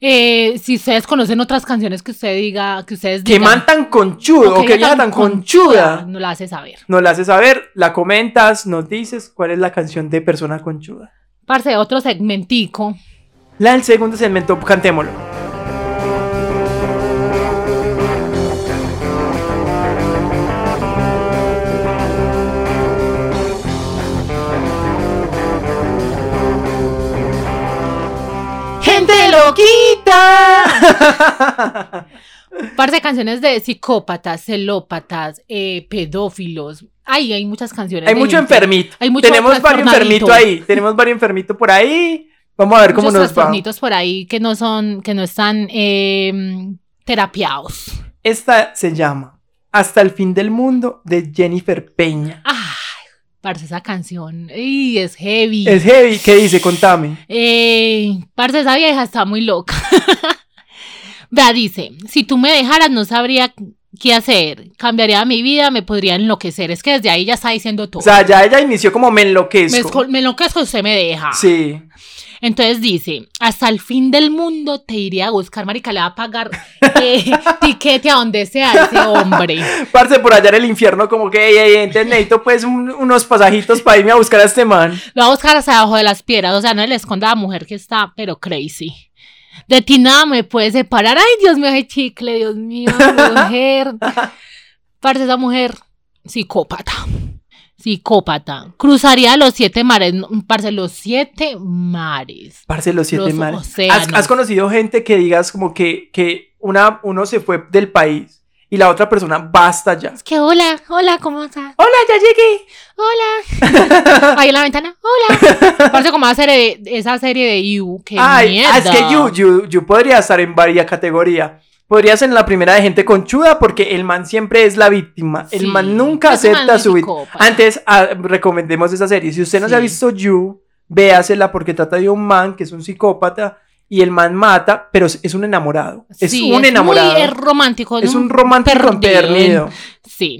Speaker 2: Eh, si ustedes conocen otras canciones que usted diga, que ustedes
Speaker 1: qué
Speaker 2: digan.
Speaker 1: man tan conchudo,
Speaker 2: "Oh,
Speaker 1: o qué vieja tan conchuda.
Speaker 2: No la hace saber.
Speaker 1: nos la haces saber, la comentas, nos dices cuál es la canción de Persona Conchuda.
Speaker 2: Parce, otro segmentico.
Speaker 1: La del segundo segmento, cantémoslo.
Speaker 2: ¡Gente
Speaker 1: loquita!
Speaker 2: Parce, canciones de psicópatas, celópatas, eh, pedófilos. Ay, hay muchas canciones.
Speaker 1: Hay
Speaker 2: de
Speaker 1: mucho
Speaker 2: gente-
Speaker 1: enfermito.
Speaker 2: Hay mucho
Speaker 1: Tenemos varios
Speaker 2: trastornadito.
Speaker 1: enfermito ahí. Tenemos varios enfermito por ahí. Vamos a ver cómo
Speaker 2: muchos
Speaker 1: nos va.
Speaker 2: trastornitos por ahí que no son, que no están em, terapiados.
Speaker 1: Esta se llama Hasta el fin del mundo de Jennifer Peña.
Speaker 2: Ay, parce, esa canción. Y es heavy.
Speaker 1: Es heavy. ¿Qué dice? Contame.
Speaker 2: Eh, parce, esa vieja está muy loca. Vea, dice, si tú me dejaras no sabría qué hacer, cambiaría mi vida, me podría enloquecer. Es que desde ahí ya está diciendo todo.
Speaker 1: O sea, ya ella inició como me
Speaker 2: me, esco-
Speaker 1: enloquezco.
Speaker 2: me enloquezco, usted me deja.
Speaker 1: Sí.
Speaker 2: Entonces dice, hasta el fin del mundo te iría a buscar, marica, le va a pagar eh, tiquete a donde sea ese hombre.
Speaker 1: Parce, por allá en el infierno, como que, ey, ey, entonces necesito pues un- unos pasajitos para irme a buscar a este man.
Speaker 2: Lo va a buscar hasta abajo de las piedras, o sea, no le esconda a la mujer que está, pero crazy. De ti nada me puede separar. Ay, Dios mío, ese chicle, Dios mío, mujer. Parce, esa mujer, psicópata. Psicópata. Cruzaría los siete mares. no, Parce, los siete mares.
Speaker 1: Parce, los siete
Speaker 2: Los
Speaker 1: mares. ¿Has,
Speaker 2: océanos.
Speaker 1: has conocido gente que digas como que, que una, uno se fue del país y la otra persona basta ya?
Speaker 2: Es que hola, hola, ¿cómo estás?
Speaker 1: Hola, ya llegué.
Speaker 2: Hola. Ahí en la ventana, hola. Parce, como esa serie de, esa serie de You. Qué
Speaker 1: Ay,
Speaker 2: mierda.
Speaker 1: ah, es que yo, yo, yo podría estar en varias categorías. Podrías en la primera de gente conchuda porque el man siempre es la víctima. El
Speaker 2: Sí,
Speaker 1: man nunca
Speaker 2: ese man
Speaker 1: acepta
Speaker 2: es
Speaker 1: su víctima.
Speaker 2: psicópata.
Speaker 1: Antes ah, recomendemos esa serie. Si usted no se ha
Speaker 2: Sí.
Speaker 1: visto You, véasela porque trata de un man que es un psicópata y el man mata, pero es es un enamorado. Es
Speaker 2: Sí,
Speaker 1: un enamorado.
Speaker 2: Muy, es romántico.
Speaker 1: es un romántico empedernido.
Speaker 2: Sí.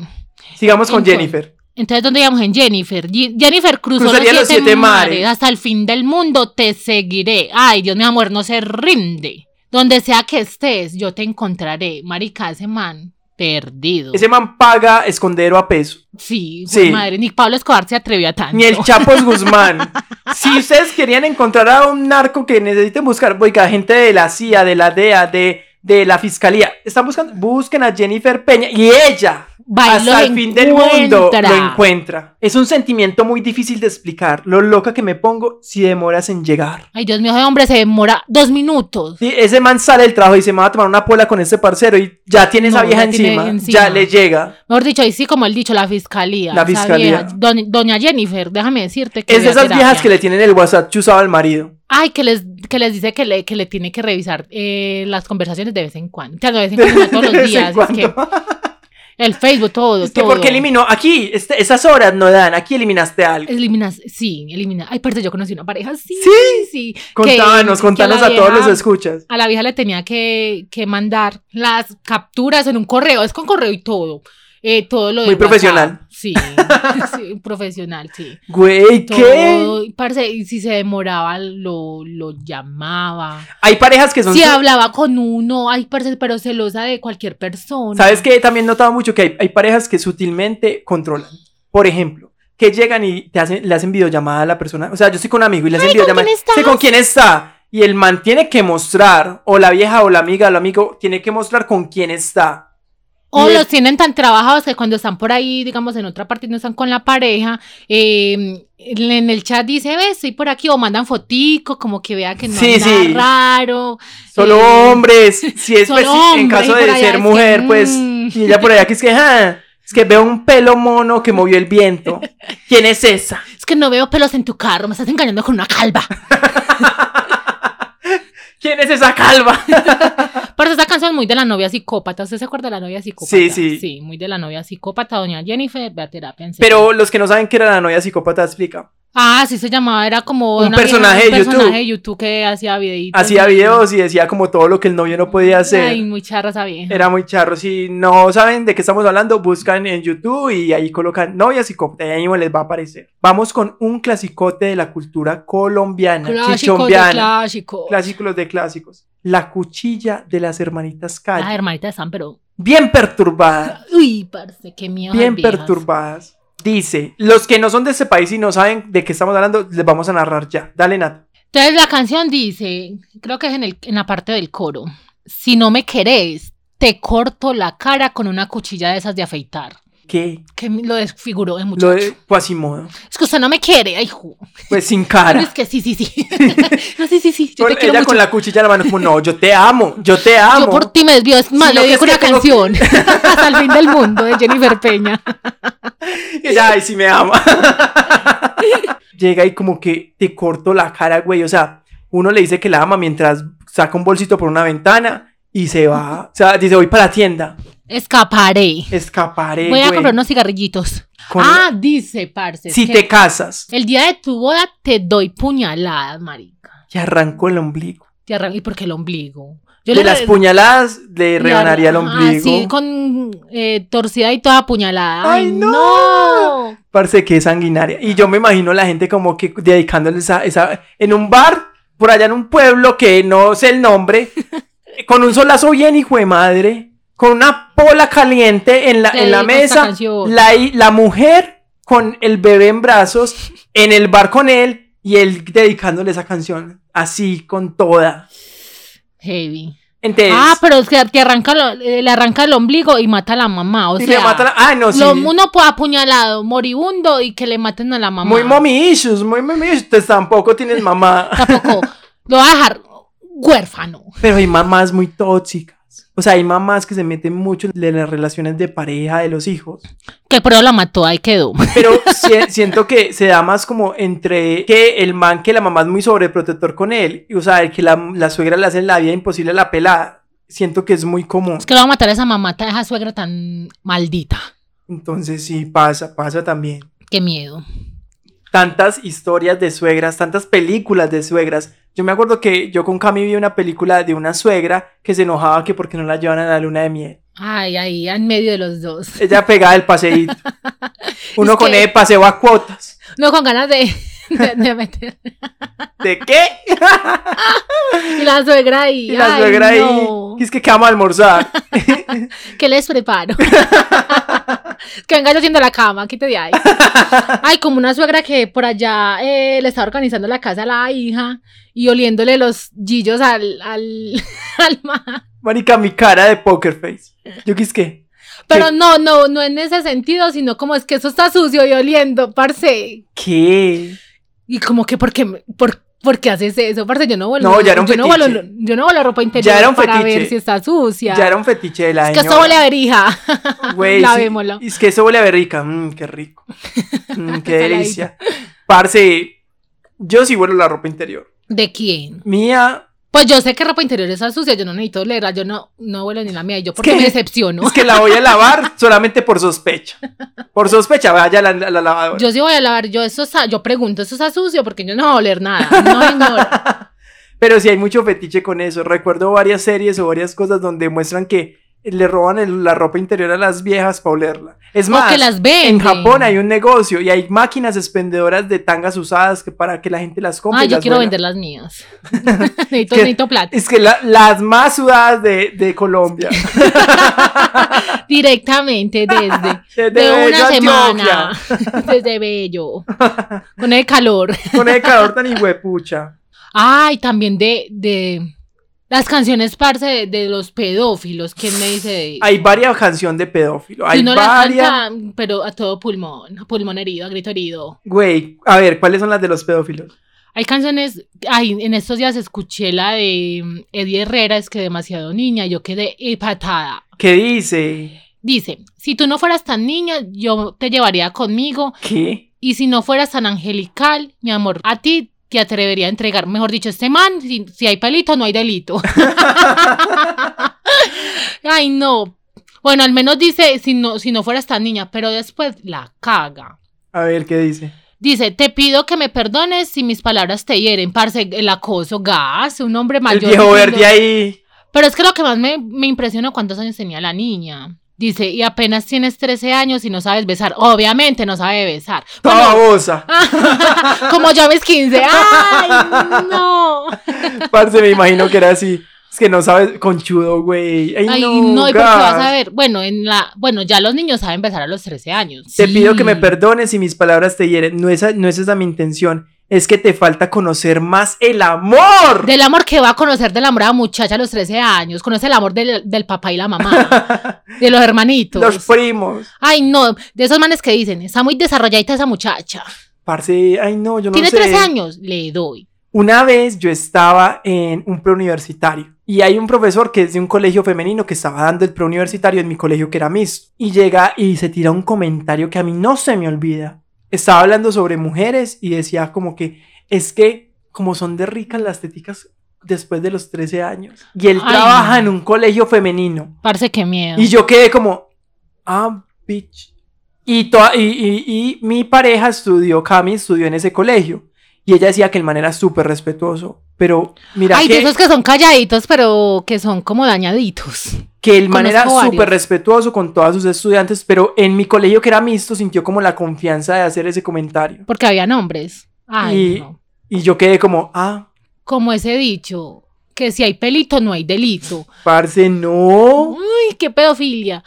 Speaker 1: Sigamos con
Speaker 2: Entonces,
Speaker 1: Jennifer.
Speaker 2: Entonces, ¿dónde íbamos? En Jennifer. Ye- Jennifer cruzó
Speaker 1: Cruzaría
Speaker 2: los
Speaker 1: los
Speaker 2: siete,
Speaker 1: siete
Speaker 2: mares.
Speaker 1: mares.
Speaker 2: Hasta el fin del mundo te seguiré. Ay, Dios mío, amor, no se rinde. Donde sea que estés, yo te encontraré. Marica, ese man perdido.
Speaker 1: Ese man paga escondero a peso.
Speaker 2: Sí,
Speaker 1: Sí.
Speaker 2: jue madre. Ni Pablo Escobar se atrevió a tanto.
Speaker 1: Ni el Chapos Guzmán. si ustedes querían encontrar a un narco que necesiten buscar, oiga, gente de la CIA, de la DEA, de, de la fiscalía. Están buscando, busquen a Jennifer Peña y ella
Speaker 2: Va y
Speaker 1: hasta
Speaker 2: los
Speaker 1: el fin del mundo lo
Speaker 2: encuentra.
Speaker 1: encuentra. Es un sentimiento muy difícil de explicar, lo loca que me pongo si demoras en llegar.
Speaker 2: Ay, Dios mío, ese hombre se demora dos minutos.
Speaker 1: Sí, ese man sale del trabajo y dice, me va a tomar una pola con este parcero y ya tiene esa
Speaker 2: No,
Speaker 1: vieja
Speaker 2: ya tiene
Speaker 1: encima,
Speaker 2: encima.
Speaker 1: ya le llega.
Speaker 2: Mejor dicho, ahí sí, como él dicho, la fiscalía.
Speaker 1: La
Speaker 2: esa
Speaker 1: fiscalía.
Speaker 2: vieja. Don- doña Jennifer, déjame decirte que.
Speaker 1: Es de
Speaker 2: voy a
Speaker 1: esas viejas
Speaker 2: terapia.
Speaker 1: que le tienen el WhatsApp chuzado al marido.
Speaker 2: Ay, que les, que les dice que le, que le tiene que revisar eh, las conversaciones de vez en cuando. O sea, no de vez en cuando,
Speaker 1: De
Speaker 2: no todos los
Speaker 1: vez en
Speaker 2: días. Es que
Speaker 1: cuando.
Speaker 2: el Facebook, todo.
Speaker 1: Es que
Speaker 2: todo.
Speaker 1: porque eliminó, aquí, este- esas horas no dan, aquí eliminaste algo.
Speaker 2: Eliminas, sí, eliminas. Ay, perdón, yo conocí una pareja, sí.
Speaker 1: Sí.
Speaker 2: sí. que-
Speaker 1: Contanos,
Speaker 2: que
Speaker 1: contanos
Speaker 2: la
Speaker 1: a todos
Speaker 2: vieja-
Speaker 1: los escuchas.
Speaker 2: A la vieja le tenía que, que mandar las capturas en un correo, es con correo y todo. Eh, todo lo de
Speaker 1: Muy
Speaker 2: WhatsApp.
Speaker 1: profesional.
Speaker 2: Sí, sí, profesional, sí.
Speaker 1: Güey, ¿qué?
Speaker 2: Todo, y parce, y si se demoraba, lo, lo llamaba.
Speaker 1: Hay parejas que son...
Speaker 2: Si
Speaker 1: su-
Speaker 2: hablaba con uno, ay, parce, pero celosa de cualquier persona.
Speaker 1: ¿Sabes qué? También notaba mucho que hay, hay parejas que sutilmente controlan. Por ejemplo, que llegan y te hacen, le hacen videollamada a la persona. O sea, yo estoy con un amigo y le hacen
Speaker 2: Ay, ¿con
Speaker 1: videollamada.
Speaker 2: quién
Speaker 1: Sé
Speaker 2: estás?
Speaker 1: con quién está. Y el man tiene que mostrar, o la vieja, o la amiga, o el amigo, tiene que mostrar con quién está.
Speaker 2: O
Speaker 1: Y es-
Speaker 2: los tienen tan trabajados que cuando están por ahí, digamos, en otra parte y no están con la pareja, eh, en en el chat dice, ve, estoy por aquí, o mandan fotico, como que vea que no
Speaker 1: Sí,
Speaker 2: anda
Speaker 1: sí.
Speaker 2: raro.
Speaker 1: Solo
Speaker 2: eh,
Speaker 1: hombres. Si es
Speaker 2: solo
Speaker 1: pues, si- en
Speaker 2: hombre,
Speaker 1: caso
Speaker 2: y por
Speaker 1: de
Speaker 2: allá
Speaker 1: ser
Speaker 2: es que,
Speaker 1: mujer, pues.
Speaker 2: mm.
Speaker 1: Y ella por allá que es que, "Ah, es que veo un pelo mono que movió el viento. ¿Quién es esa?
Speaker 2: Es que no veo pelos en tu carro, me estás engañando con una calva.
Speaker 1: ¿Quién es esa calva?
Speaker 2: Por eso esa canción es muy de la novia psicópata. ¿Usted se acuerda de la novia psicópata?
Speaker 1: Sí, sí.
Speaker 2: Sí, muy de la novia psicópata, doña Jennifer, ve a terapia. en serio.
Speaker 1: Pero los que no saben qué era la novia psicópata, explica.
Speaker 2: Ah, sí se llamaba, era como.
Speaker 1: Un
Speaker 2: una vieja-
Speaker 1: personaje de
Speaker 2: un
Speaker 1: YouTube.
Speaker 2: personaje de YouTube que hacía videitos.
Speaker 1: Hacía videos y decía como todo lo que el novio no podía hacer.
Speaker 2: Ay, muy charra esa vieja.
Speaker 1: Era muy charro. Si no saben de qué estamos hablando, buscan en YouTube y ahí colocan novia psicópata y ahí mismo les va a aparecer. Vamos con un clasicote de la cultura colombiana,
Speaker 2: Clásico de
Speaker 1: chichombiana.
Speaker 2: clásico.
Speaker 1: Clásicos de clásicos. La cuchilla de las hermanitas
Speaker 2: Las
Speaker 1: Calle.
Speaker 2: hermanitas están, pero.
Speaker 1: Bien perturbada.
Speaker 2: Uy, parce, qué miedo. esas
Speaker 1: bien
Speaker 2: viejas.
Speaker 1: perturbadas. Dice, los que no son de ese país y no saben de qué estamos hablando, les vamos a narrar ya. Dale, Nat.
Speaker 2: Entonces la canción dice, creo que es en, el, en la parte del coro. Si no me querés, te corto la cara con una cuchilla de esas de afeitar.
Speaker 1: ¿Qué?
Speaker 2: Que lo desfiguró el muchacho.
Speaker 1: Lo de Quasimodo.
Speaker 2: Es que usted no me quiere, ay, ju.
Speaker 1: Pues sin
Speaker 2: No,
Speaker 1: cara.
Speaker 2: es que sí, sí, sí. no, sí, sí, sí. Yo
Speaker 1: Con-
Speaker 2: te
Speaker 1: ella
Speaker 2: quiero mucho.
Speaker 1: con la cuchilla en la mano, como, no, yo te amo, yo te amo.
Speaker 2: Yo por ti me desvío. Es más,
Speaker 1: Sino
Speaker 2: le
Speaker 1: que
Speaker 2: dedico
Speaker 1: es
Speaker 2: una
Speaker 1: que tengo que-
Speaker 2: canción. Hasta el fin del mundo, de Jennifer Peña.
Speaker 1: Y ella, ay, sí me ama. Llega y como que te corto la cara, güey. O sea, uno le dice que la ama mientras saca un bolsito por una ventana y se va. O sea, dice, voy para la tienda.
Speaker 2: Escaparé.
Speaker 1: Escaparé,
Speaker 2: Voy a
Speaker 1: Eh, güey.
Speaker 2: comprar unos cigarrillitos.
Speaker 1: Con-
Speaker 2: Ah, dice, parce.
Speaker 1: Si
Speaker 2: que
Speaker 1: te casas.
Speaker 2: El día de tu boda te doy puñaladas, marica.
Speaker 1: Y arrancó el ombligo.
Speaker 2: Te arran- ¿Y por qué el ombligo?
Speaker 1: de las puñaladas le rebanaría el ombligo.
Speaker 2: Así, ah, con eh, torcida y toda puñalada.
Speaker 1: ¡Ay,
Speaker 2: ¡Ay,
Speaker 1: no!
Speaker 2: no!
Speaker 1: Parce que es sanguinaria. Y yo me imagino la gente como que dedicándole esa, esa- en un bar, por allá en un pueblo que no sé el nombre, con un solazo bien hijo de madre, con una pola caliente en la,
Speaker 2: Le
Speaker 1: en la
Speaker 2: dedico esta
Speaker 1: mesa,
Speaker 2: canción.
Speaker 1: la, hi- la mujer con el bebé en brazos, en el bar con él, y él dedicándole esa canción, así, con toda.
Speaker 2: Heavy.
Speaker 1: Entonces,
Speaker 2: Ah, pero es que te arranca, lo- eh, le arranca el ombligo y mata a la mamá. O
Speaker 1: y
Speaker 2: sea,
Speaker 1: le mata la- Ah, no, sí.
Speaker 2: lo- uno puede apuñalado, moribundo y que le maten a la mamá.
Speaker 1: Muy mommy issues, muy mommy issues. Entonces tampoco tienes mamá.
Speaker 2: Tampoco lo va a dejar huérfano.
Speaker 1: Pero hay mamás muy tóxicas. O sea, hay mamás que se meten mucho en las relaciones de pareja de los hijos.
Speaker 2: Que pero la mató, ahí quedó.
Speaker 1: Pero si- siento que se da más como entre que el man, que la mamá es muy sobreprotector con él. Y, o sea, el que la, la suegra le hace la vida imposible a la pelada. Siento que es muy común.
Speaker 2: Es que lo va a matar a esa mamá, a esa suegra tan maldita.
Speaker 1: Entonces sí, pasa, pasa también.
Speaker 2: Qué miedo.
Speaker 1: tantas historias de suegras, tantas películas de suegras. Yo me acuerdo que yo con Cami vi una película de una suegra que se enojaba que porque no la llevan a la luna de miel.
Speaker 2: Ay, ahí, en medio de los dos.
Speaker 1: Ella pegaba el paseíto. Uno
Speaker 2: Es
Speaker 1: con
Speaker 2: que-
Speaker 1: el paseo a cuotas.
Speaker 2: No, con ganas de, de- de meter.
Speaker 1: ¿De qué?
Speaker 2: Y la suegra ahí.
Speaker 1: Y la
Speaker 2: ay,
Speaker 1: suegra ahí.
Speaker 2: no.
Speaker 1: "Y Es que quedamos a almorzar.
Speaker 2: ¿Qué les preparo? que venga yo haciendo la cama, quítate de ahí. Ay, como una suegra que por allá eh, le está organizando la casa a la hija y oliéndole los gillos al, al, al ma-
Speaker 1: Marica, mi cara de poker face. Yo quisqué.
Speaker 2: Pero no, no, no en ese sentido, sino como es que eso está sucio y oliendo, parce.
Speaker 1: ¿Qué?
Speaker 2: Y como que, ¿por qué, me- por, por qué haces eso, parce? Yo no vuelo.
Speaker 1: No, ya era un
Speaker 2: yo no vuelo,
Speaker 1: fetiche.
Speaker 2: yo no vuelo ropa interior
Speaker 1: era un
Speaker 2: para
Speaker 1: fetiche.
Speaker 2: ver si está sucia.
Speaker 1: Ya era un fetiche de la
Speaker 2: es que esto
Speaker 1: señora.
Speaker 2: huele a verija.
Speaker 1: Güey,
Speaker 2: Lavémoslo.
Speaker 1: sí, es que eso huele a berrica. Mmm, qué rico. Mm, qué delicia.
Speaker 2: Saladito.
Speaker 1: Parce, yo sí huelo la ropa interior.
Speaker 2: ¿De quién?
Speaker 1: Mía,
Speaker 2: Pues yo sé que ropa interior está sucia, yo no necesito leerla, yo no, no vuelo ni la mía, y yo porque
Speaker 1: que-
Speaker 2: me decepciono.
Speaker 1: es que la voy a lavar solamente por sospecha. Por sospecha, vaya a la, a la lavadora.
Speaker 2: Yo sí voy a lavar, yo eso está- yo pregunto, ¿eso está sucio? Porque yo no voy a oler nada. No, señor.
Speaker 1: Pero sí hay mucho fetiche con eso. Recuerdo varias series o varias cosas donde muestran que le roban el- la ropa interior a las viejas para olerla. Es
Speaker 2: O
Speaker 1: más,
Speaker 2: que las
Speaker 1: en
Speaker 2: venden.
Speaker 1: Japón hay un negocio y hay máquinas expendedoras de tangas usadas que para que la gente las compre.
Speaker 2: Ah,
Speaker 1: y
Speaker 2: yo
Speaker 1: las
Speaker 2: quiero
Speaker 1: huela.
Speaker 2: vender las mías. necesito,
Speaker 1: Que-
Speaker 2: necesito plata.
Speaker 1: Es que la- las más sudadas de, de Colombia.
Speaker 2: Directamente desde.
Speaker 1: Desde
Speaker 2: De
Speaker 1: Bello,
Speaker 2: una semana.
Speaker 1: Antioquia.
Speaker 2: Desde bello. Con el calor.
Speaker 1: Con el calor tan hijuepucha.
Speaker 2: Ay, también de, de las canciones parce de, de los pedófilos. ¿Quién me dice? de-
Speaker 1: Hay varias canciones de pedófilo.
Speaker 2: Si
Speaker 1: Hay
Speaker 2: uno
Speaker 1: varias.
Speaker 2: las canta, pero a todo pulmón, a pulmón herido, a grito herido.
Speaker 1: Güey, a ver, ¿cuáles son las de los pedófilos?
Speaker 2: Hay canciones, ay, en estos días escuché la de mm, Eddie Herrera, es que demasiado niña, yo quedé empatada.
Speaker 1: ¿Qué dice?
Speaker 2: Dice, si tú no fueras tan niña, yo te llevaría conmigo,
Speaker 1: ¿Qué?
Speaker 2: y si no fueras tan angelical, mi amor, a ti te atrevería a entregar, mejor dicho, este man, si, si hay pelito, no hay delito. ay, no. Bueno, al menos dice, si no, si no fueras tan niña, pero después la caga.
Speaker 1: A ver, ¿qué dice?
Speaker 2: Dice, te pido que me perdones si mis palabras te hieren, parce, el acoso, gas, un hombre mayor.
Speaker 1: el viejo
Speaker 2: diciendo-
Speaker 1: verde ahí.
Speaker 2: Pero es que lo que más me, me impresionó cuántos años tenía la niña. Dice, y apenas tienes 13 años y no sabes besar. Obviamente no sabe besar.
Speaker 1: Toda
Speaker 2: Bueno, Ah.
Speaker 1: babosa.
Speaker 2: como yo a mis 15. ¡Ay, no!
Speaker 1: Parce, me imagino que era así. Es que no sabes, conchudo, güey. Ay,
Speaker 2: Ay,
Speaker 1: no,
Speaker 2: no, ¿y por qué
Speaker 1: gas.
Speaker 2: vas a ver? Bueno, en la, bueno, ya los niños saben besar a los 13 años.
Speaker 1: Te
Speaker 2: Sí.
Speaker 1: pido que me perdones si mis palabras te hieren. No, esa, no es esa mi intención. Es que te falta conocer más el amor.
Speaker 2: Del amor que va a conocer del amor a la muchacha a los 13 años. Conoce el amor del, del papá y la mamá. de los hermanitos.
Speaker 1: Los primos.
Speaker 2: Ay, no, de esos manes que dicen, está muy desarrolladita esa muchacha.
Speaker 1: Parce, ay no, yo no
Speaker 2: Tiene
Speaker 1: sé.
Speaker 2: 13 años, le doy.
Speaker 1: Una vez yo estaba en un preuniversitario y hay un profesor que es de un colegio femenino que estaba dando el preuniversitario en mi colegio que era mixto y llega y se tira un comentario que a mí no se me olvida. Estaba hablando sobre mujeres y decía como que es que como son de ricas las teticas después de los 13 años y él
Speaker 2: Ay,
Speaker 1: trabaja
Speaker 2: no.
Speaker 1: en un colegio femenino.
Speaker 2: Parce, qué miedo.
Speaker 1: Y yo quedé como, ah, bitch. Y, toa- y, y- y mi pareja estudió, Cami estudió en ese colegio. Y ella decía que el man era súper respetuoso. Pero mira
Speaker 2: Ay, de
Speaker 1: que,
Speaker 2: esos que son calladitos, pero que son como dañaditos.
Speaker 1: que el man era
Speaker 2: conozco varios.
Speaker 1: súper respetuoso con todas sus estudiantes. Pero en mi colegio que era mixto sintió como la confianza de hacer ese comentario.
Speaker 2: Porque había nombres. Ay,
Speaker 1: Y-
Speaker 2: no.
Speaker 1: Y yo quedé como, ah,
Speaker 2: Como ese dicho, que si hay pelito, no hay delito.
Speaker 1: parce, no.
Speaker 2: Ay, qué pedofilia.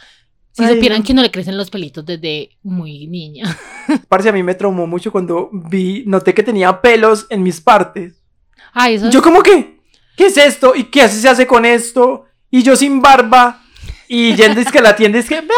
Speaker 2: Si
Speaker 1: Oh. Ay,
Speaker 2: supieran
Speaker 1: no.
Speaker 2: que no le crecen los pelitos desde muy niña.
Speaker 1: Parce, a mí me traumó mucho cuando vi, noté que tenía pelos en mis partes.
Speaker 2: Ay, eso
Speaker 1: Yo como que, ¿qué es esto? ¿Y qué se hace con esto? Y yo sin barba. Y yendo es que a la tienda es que, vea una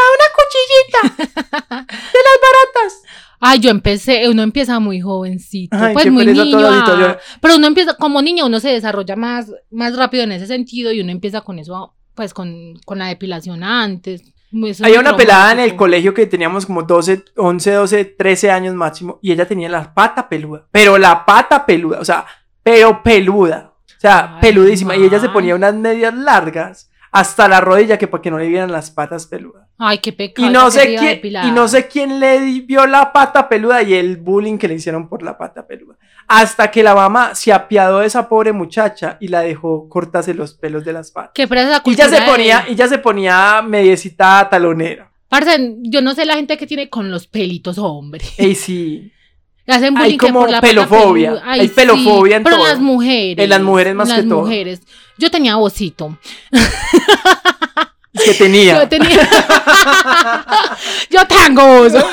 Speaker 2: Ay, yo empecé, uno empieza muy jovencito,
Speaker 1: Ay, qué
Speaker 2: pues muy
Speaker 1: pereza
Speaker 2: niño.
Speaker 1: todo ahorita,
Speaker 2: ah,
Speaker 1: yo-
Speaker 2: Pero uno empieza, como niño, uno se desarrolla más, más rápido en ese sentido y uno empieza con eso, pues con, con la depilación antes. Eso es
Speaker 1: cuchillita. Había
Speaker 2: muy
Speaker 1: una pelada en el
Speaker 2: traumático.
Speaker 1: colegio que teníamos como 12, 11, 12, 13 años máximo. Y ella tenía la pata peluda. Pero la pata peluda, o sea, pero peluda. O sea,
Speaker 2: Ay,
Speaker 1: peludísima. Y ella se
Speaker 2: man.
Speaker 1: ponía unas medias largas hasta la rodilla que para que no le vieran las patas peludas.
Speaker 2: Ay, qué pecado.
Speaker 1: Y no,
Speaker 2: esa
Speaker 1: sé
Speaker 2: querida
Speaker 1: quién,
Speaker 2: depilada.
Speaker 1: y no sé quién le di- vio la pata peluda y el bullying que le hicieron por la pata peluda. Hasta que la mamá se apiadó de esa pobre muchacha y la dejó cortarse los pelos de las patas.
Speaker 2: Qué presa esa
Speaker 1: Y ya
Speaker 2: cultura
Speaker 1: se
Speaker 2: de-
Speaker 1: ponía, y ya se ponía mediecita talonera.
Speaker 2: Parce, yo no sé la gente que tiene con los pelitos, hombre.
Speaker 1: Ey, sí.
Speaker 2: Hacen
Speaker 1: Hay
Speaker 2: bullying que
Speaker 1: como
Speaker 2: por la pata
Speaker 1: pelofobia,
Speaker 2: peluda.
Speaker 1: hay pelofobia en
Speaker 2: Pero
Speaker 1: todo.
Speaker 2: las mujeres.
Speaker 1: En las mujeres más
Speaker 2: en las
Speaker 1: que todo.
Speaker 2: mujeres. Yo tenía vocito.
Speaker 1: Que tenía.
Speaker 2: Yo tenía. Yo tengo oso.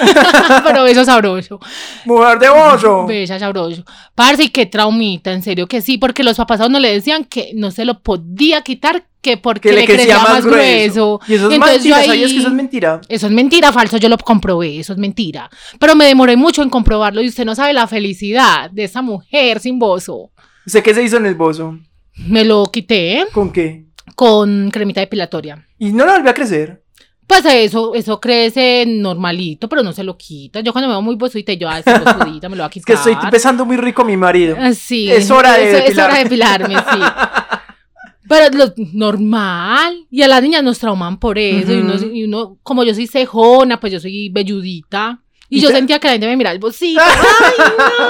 Speaker 2: Pero eso sabroso.
Speaker 1: Mujer de bollo.
Speaker 2: Bella sabroso. Parce, y qué traumita, en serio que sí, porque los papás a uno le decían que no se lo podía quitar que porque le, crecía, más grueso.
Speaker 1: Y eso es
Speaker 2: Entonces yo
Speaker 1: mentira,
Speaker 2: ahí-
Speaker 1: ¿sabías que eso es mentira?
Speaker 2: Eso es mentira, falso, yo lo comprobé, eso es mentira. Pero me demoré mucho en comprobarlo y usted no sabe la felicidad de esa mujer sin bozo.
Speaker 1: ¿Usted qué se hizo en el bozo?
Speaker 2: Me lo quité
Speaker 1: ¿Con qué?
Speaker 2: con cremita depilatoria.
Speaker 1: Y no la volvió a crecer.
Speaker 2: Pues eso, eso crece normalito, pero no se lo quita. Yo cuando me veo muy bozudita, yo, ay, esta bozudita me lo va a
Speaker 1: Es
Speaker 2: quitar.
Speaker 1: que estoy pesando muy rico a mi marido.
Speaker 2: Ah, Sí.
Speaker 1: Es hora de
Speaker 2: Eso- Es hora de
Speaker 1: depilarme.
Speaker 2: depilarme, sí. Pero lo normal. Y a las niñas nos trauman por eso. y, uno,
Speaker 1: Ujú.
Speaker 2: y uno- como yo soy cejona, pues yo soy velludita. Y,
Speaker 1: Y
Speaker 2: yo
Speaker 1: te-
Speaker 2: sentía que la gente me miraba el bolsito. ¡Ay, no!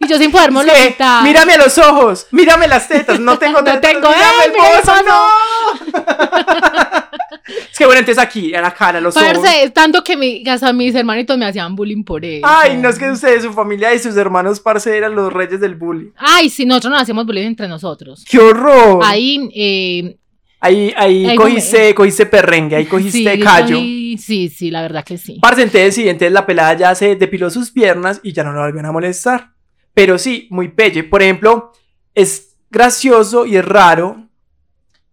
Speaker 2: Y yo sin poderme lo
Speaker 1: Es que,
Speaker 2: quitar.
Speaker 1: mírame a los ojos, mírame las tetas, no tengo
Speaker 2: No
Speaker 1: tetas,
Speaker 2: tengo,
Speaker 1: mírame
Speaker 2: ¡ay,
Speaker 1: el
Speaker 2: mira el
Speaker 1: bozo, no. es que bueno, entonces aquí, a la cara, a los ojos.
Speaker 2: Parce, tanto que mi, hasta mis hermanitos me hacían bullying por eso.
Speaker 1: Ay, no es que ustedes, su familia y sus hermanos parce eran los reyes del bullying.
Speaker 2: Ay, sí, nosotros nos hacíamos bullying entre nosotros.
Speaker 1: ¡Qué horror! Ahí,
Speaker 2: Ahí, eh,
Speaker 1: ahí,
Speaker 2: Ahí
Speaker 1: cogiste, cogiste perrengue, ahí cogiste
Speaker 2: sí,
Speaker 1: callo.
Speaker 2: cogí- sí, sí, la verdad que sí.
Speaker 1: Parce, entonces sí, entonces la pelada ya se depiló sus piernas y ya no la volvieron a molestar. Pero sí, muy pelle. Por ejemplo, es gracioso y es raro.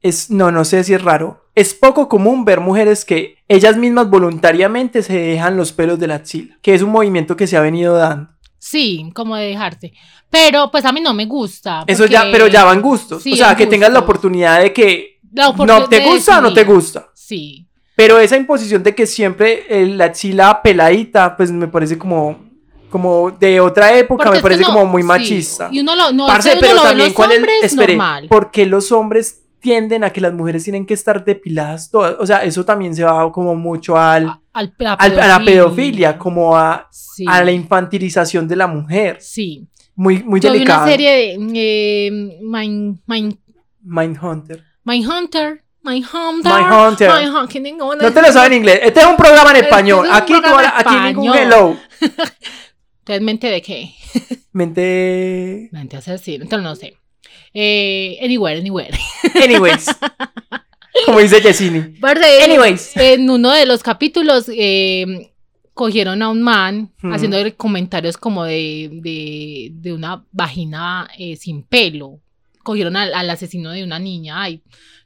Speaker 1: Es, no, no sé si es raro. Es poco común ver mujeres que ellas mismas voluntariamente se dejan los pelos de la axila, que es un movimiento que se ha venido dando.
Speaker 2: Sí, como de dejarte. Pero pues a mí no me gusta.
Speaker 1: Eso
Speaker 2: porque
Speaker 1: ya, pero ya van gustos.
Speaker 2: Sí,
Speaker 1: o sea,
Speaker 2: van
Speaker 1: que tengas la
Speaker 2: gustos.
Speaker 1: oportunidad de que
Speaker 2: la
Speaker 1: no
Speaker 2: oportunidad
Speaker 1: te
Speaker 2: de
Speaker 1: gusta o no te
Speaker 2: decidir.
Speaker 1: gusta.
Speaker 2: Sí.
Speaker 1: Pero esa imposición de que siempre eh, la axila peladita, pues me parece como, como de otra época,
Speaker 2: Porque
Speaker 1: me
Speaker 2: es
Speaker 1: parece
Speaker 2: que no-
Speaker 1: como muy
Speaker 2: sí,
Speaker 1: machista.
Speaker 2: Y uno lo, no,
Speaker 1: Parce,
Speaker 2: es que uno
Speaker 1: pero
Speaker 2: lo ve en
Speaker 1: también
Speaker 2: los
Speaker 1: cuál es,
Speaker 2: hombres
Speaker 1: espere,
Speaker 2: normal.
Speaker 1: ¿por qué los hombres tienden a que las mujeres tienen que estar depiladas todas? O sea, eso también se va como mucho al,
Speaker 2: A- al- a, la
Speaker 1: al- a la pedofilia, como a,
Speaker 2: Sí.
Speaker 1: a la infantilización de la mujer.
Speaker 2: sí.
Speaker 1: Muy, muy
Speaker 2: Yo vi
Speaker 1: delicado.
Speaker 2: una serie de eh, Mind, Mind,
Speaker 1: Mindhunter.
Speaker 2: Mindhunter. Mindhunter.
Speaker 1: Mindhunter.
Speaker 2: Mindhun- que tengo una-
Speaker 1: No te lo saben en inglés. Este es un programa en
Speaker 2: Este es
Speaker 1: español.
Speaker 2: un
Speaker 1: Aquí, tú,
Speaker 2: programa en
Speaker 1: aquí ningún
Speaker 2: español.
Speaker 1: hello.
Speaker 2: Entonces, mente de qué.
Speaker 1: Mente.
Speaker 2: Mente asesina. Entonces, no sé. Eh, anywhere, anywhere.
Speaker 1: Anyways. Como dice Yesini.
Speaker 2: Parce, en-
Speaker 1: Anyways.
Speaker 2: En uno de los capítulos eh, cogieron a un man
Speaker 1: Hmm.
Speaker 2: haciendo comentarios como de, de, de una vagina eh, sin pelo. Cogieron al, al asesino de una niña. Ay,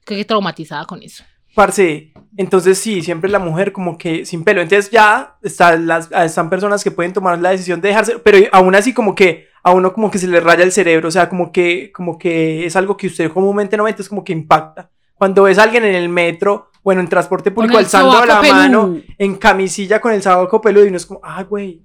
Speaker 2: qué traumatizada con eso.
Speaker 1: Parce. Entonces sí, siempre la mujer como que sin pelo. Entonces ya están, las, están personas que pueden tomar la decisión de dejarse, pero aún así como que a uno como que se le raya el cerebro, o sea, como que, como que es algo que usted comúnmente no ve, entonces como que impacta. Cuando ves a alguien en el metro, bueno, en transporte público
Speaker 2: Con el
Speaker 1: alzando la
Speaker 2: sobaco pelú.
Speaker 1: mano, en camisilla con el sabaco peludo y uno es como, ah, güey.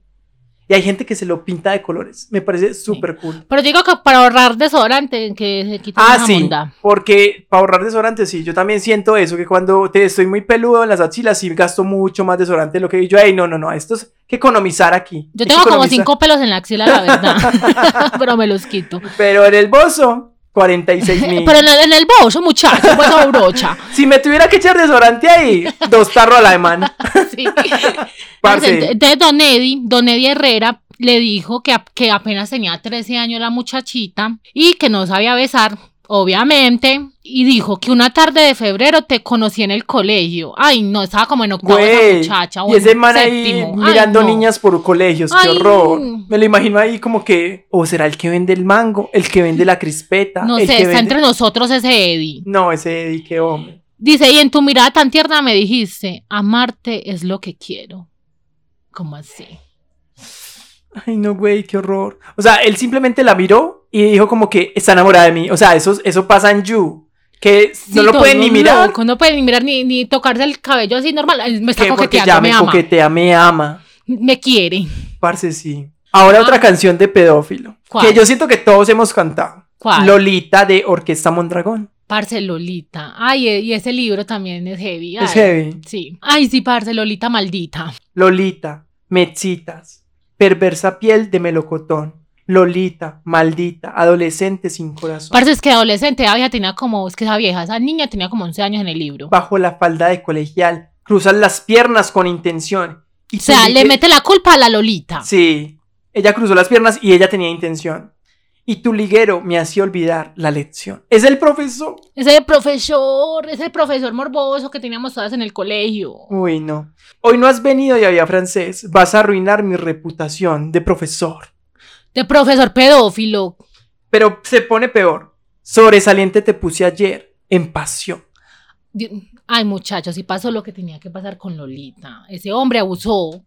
Speaker 1: Y hay gente que se lo pinta de colores. Me parece súper cool.
Speaker 2: Pero digo que para ahorrar desodorante, que se quita
Speaker 1: Ah,
Speaker 2: esa
Speaker 1: sí.
Speaker 2: monda.
Speaker 1: Porque para ahorrar desodorante, sí, yo también siento eso, que cuando te estoy muy peludo en las axilas, sí gasto mucho más desodorante de lo que yo, ay, no, no, no, esto es que economizar aquí.
Speaker 2: Yo
Speaker 1: Hay que
Speaker 2: tengo como
Speaker 1: economizar.
Speaker 2: cinco pelos en la axila, la verdad. Pero me los quito.
Speaker 1: Pero en el bozo, 46 mil.
Speaker 2: Pero en el, en el bolso, muchacho, pues a brocha.
Speaker 1: Si me tuviera que echar desodorante ahí, dos tarros al alemán.
Speaker 2: Sí.
Speaker 1: Parce.
Speaker 2: Ent- Entonces, Don Eddie, Don Eddie Herrera le dijo que, ap- que apenas tenía 13 años la muchachita y que no sabía besar, obviamente. Y dijo que una tarde de febrero te conocí en el colegio. Ay, no, estaba como en octavo esa
Speaker 1: Güey.
Speaker 2: muchacha. o
Speaker 1: Y
Speaker 2: en
Speaker 1: ese man ahí
Speaker 2: séptimo. Ay,
Speaker 1: mirando
Speaker 2: no.
Speaker 1: niñas por colegios, qué
Speaker 2: Ay.
Speaker 1: horror. Me lo imagino ahí como que, o será el que vende el mango, el que vende la crispeta,
Speaker 2: No
Speaker 1: el
Speaker 2: sé,
Speaker 1: que
Speaker 2: está
Speaker 1: vende-
Speaker 2: entre nosotros ese Eddie.
Speaker 1: No, ese Eddie, qué hombre.
Speaker 2: Dice, y en tu mirada tan tierna me dijiste, amarte es lo que quiero. ¿Cómo así?
Speaker 1: Ay, no, güey, qué horror. O sea, él simplemente la miró y dijo como que está enamorada de mí. O sea, eso, eso pasa en You. Que no
Speaker 2: Sí,
Speaker 1: lo pueden
Speaker 2: todo
Speaker 1: ni mirar.
Speaker 2: loco, no pueden ni mirar ni, ni tocarse el cabello así normal. Ay, Me está
Speaker 1: que porque ya
Speaker 2: coqueteando,
Speaker 1: me
Speaker 2: me ama.
Speaker 1: coquetea, me ama.
Speaker 2: Me quiere.
Speaker 1: Parce, sí. Ahora otra canción de pedófilo.
Speaker 2: Ah. ¿Cuál?
Speaker 1: Que yo siento que todos hemos cantado.
Speaker 2: ¿Cuál?
Speaker 1: Lolita de Orquesta Mondragón.
Speaker 2: Parce Lolita. Ay, e- y ese libro también es heavy.
Speaker 1: Es
Speaker 2: ay,
Speaker 1: heavy.
Speaker 2: Sí. Ay, sí, parce Lolita maldita.
Speaker 1: Lolita, mechitas. Perversa piel de melocotón. Lolita, maldita, adolescente sin corazón.
Speaker 2: Parce es que adolescente, la vieja tenía como, es que esa vieja, esa niña tenía como 11 años en el libro.
Speaker 1: bajo la falda de colegial, cruzan las piernas con intención. Y
Speaker 2: O sea,
Speaker 1: tú
Speaker 2: le
Speaker 1: dije-
Speaker 2: mete la culpa a la Lolita.
Speaker 1: eh, Sí, ella cruzó las piernas y ella tenía intención. Y tu liguero me hacía olvidar la lección. Es el profesor.
Speaker 2: Ese profesor, ese profesor morboso que teníamos todas en el colegio.
Speaker 1: Uy, no. Hoy no has venido y había francés. Vas a arruinar mi reputación de profesor.
Speaker 2: De profesor pedófilo.
Speaker 1: Pero se pone peor. Sobresaliente te puse ayer. en pasión.
Speaker 2: Di- Ay, muchachos, y pasó lo que tenía que pasar con Lolita. Ese hombre abusó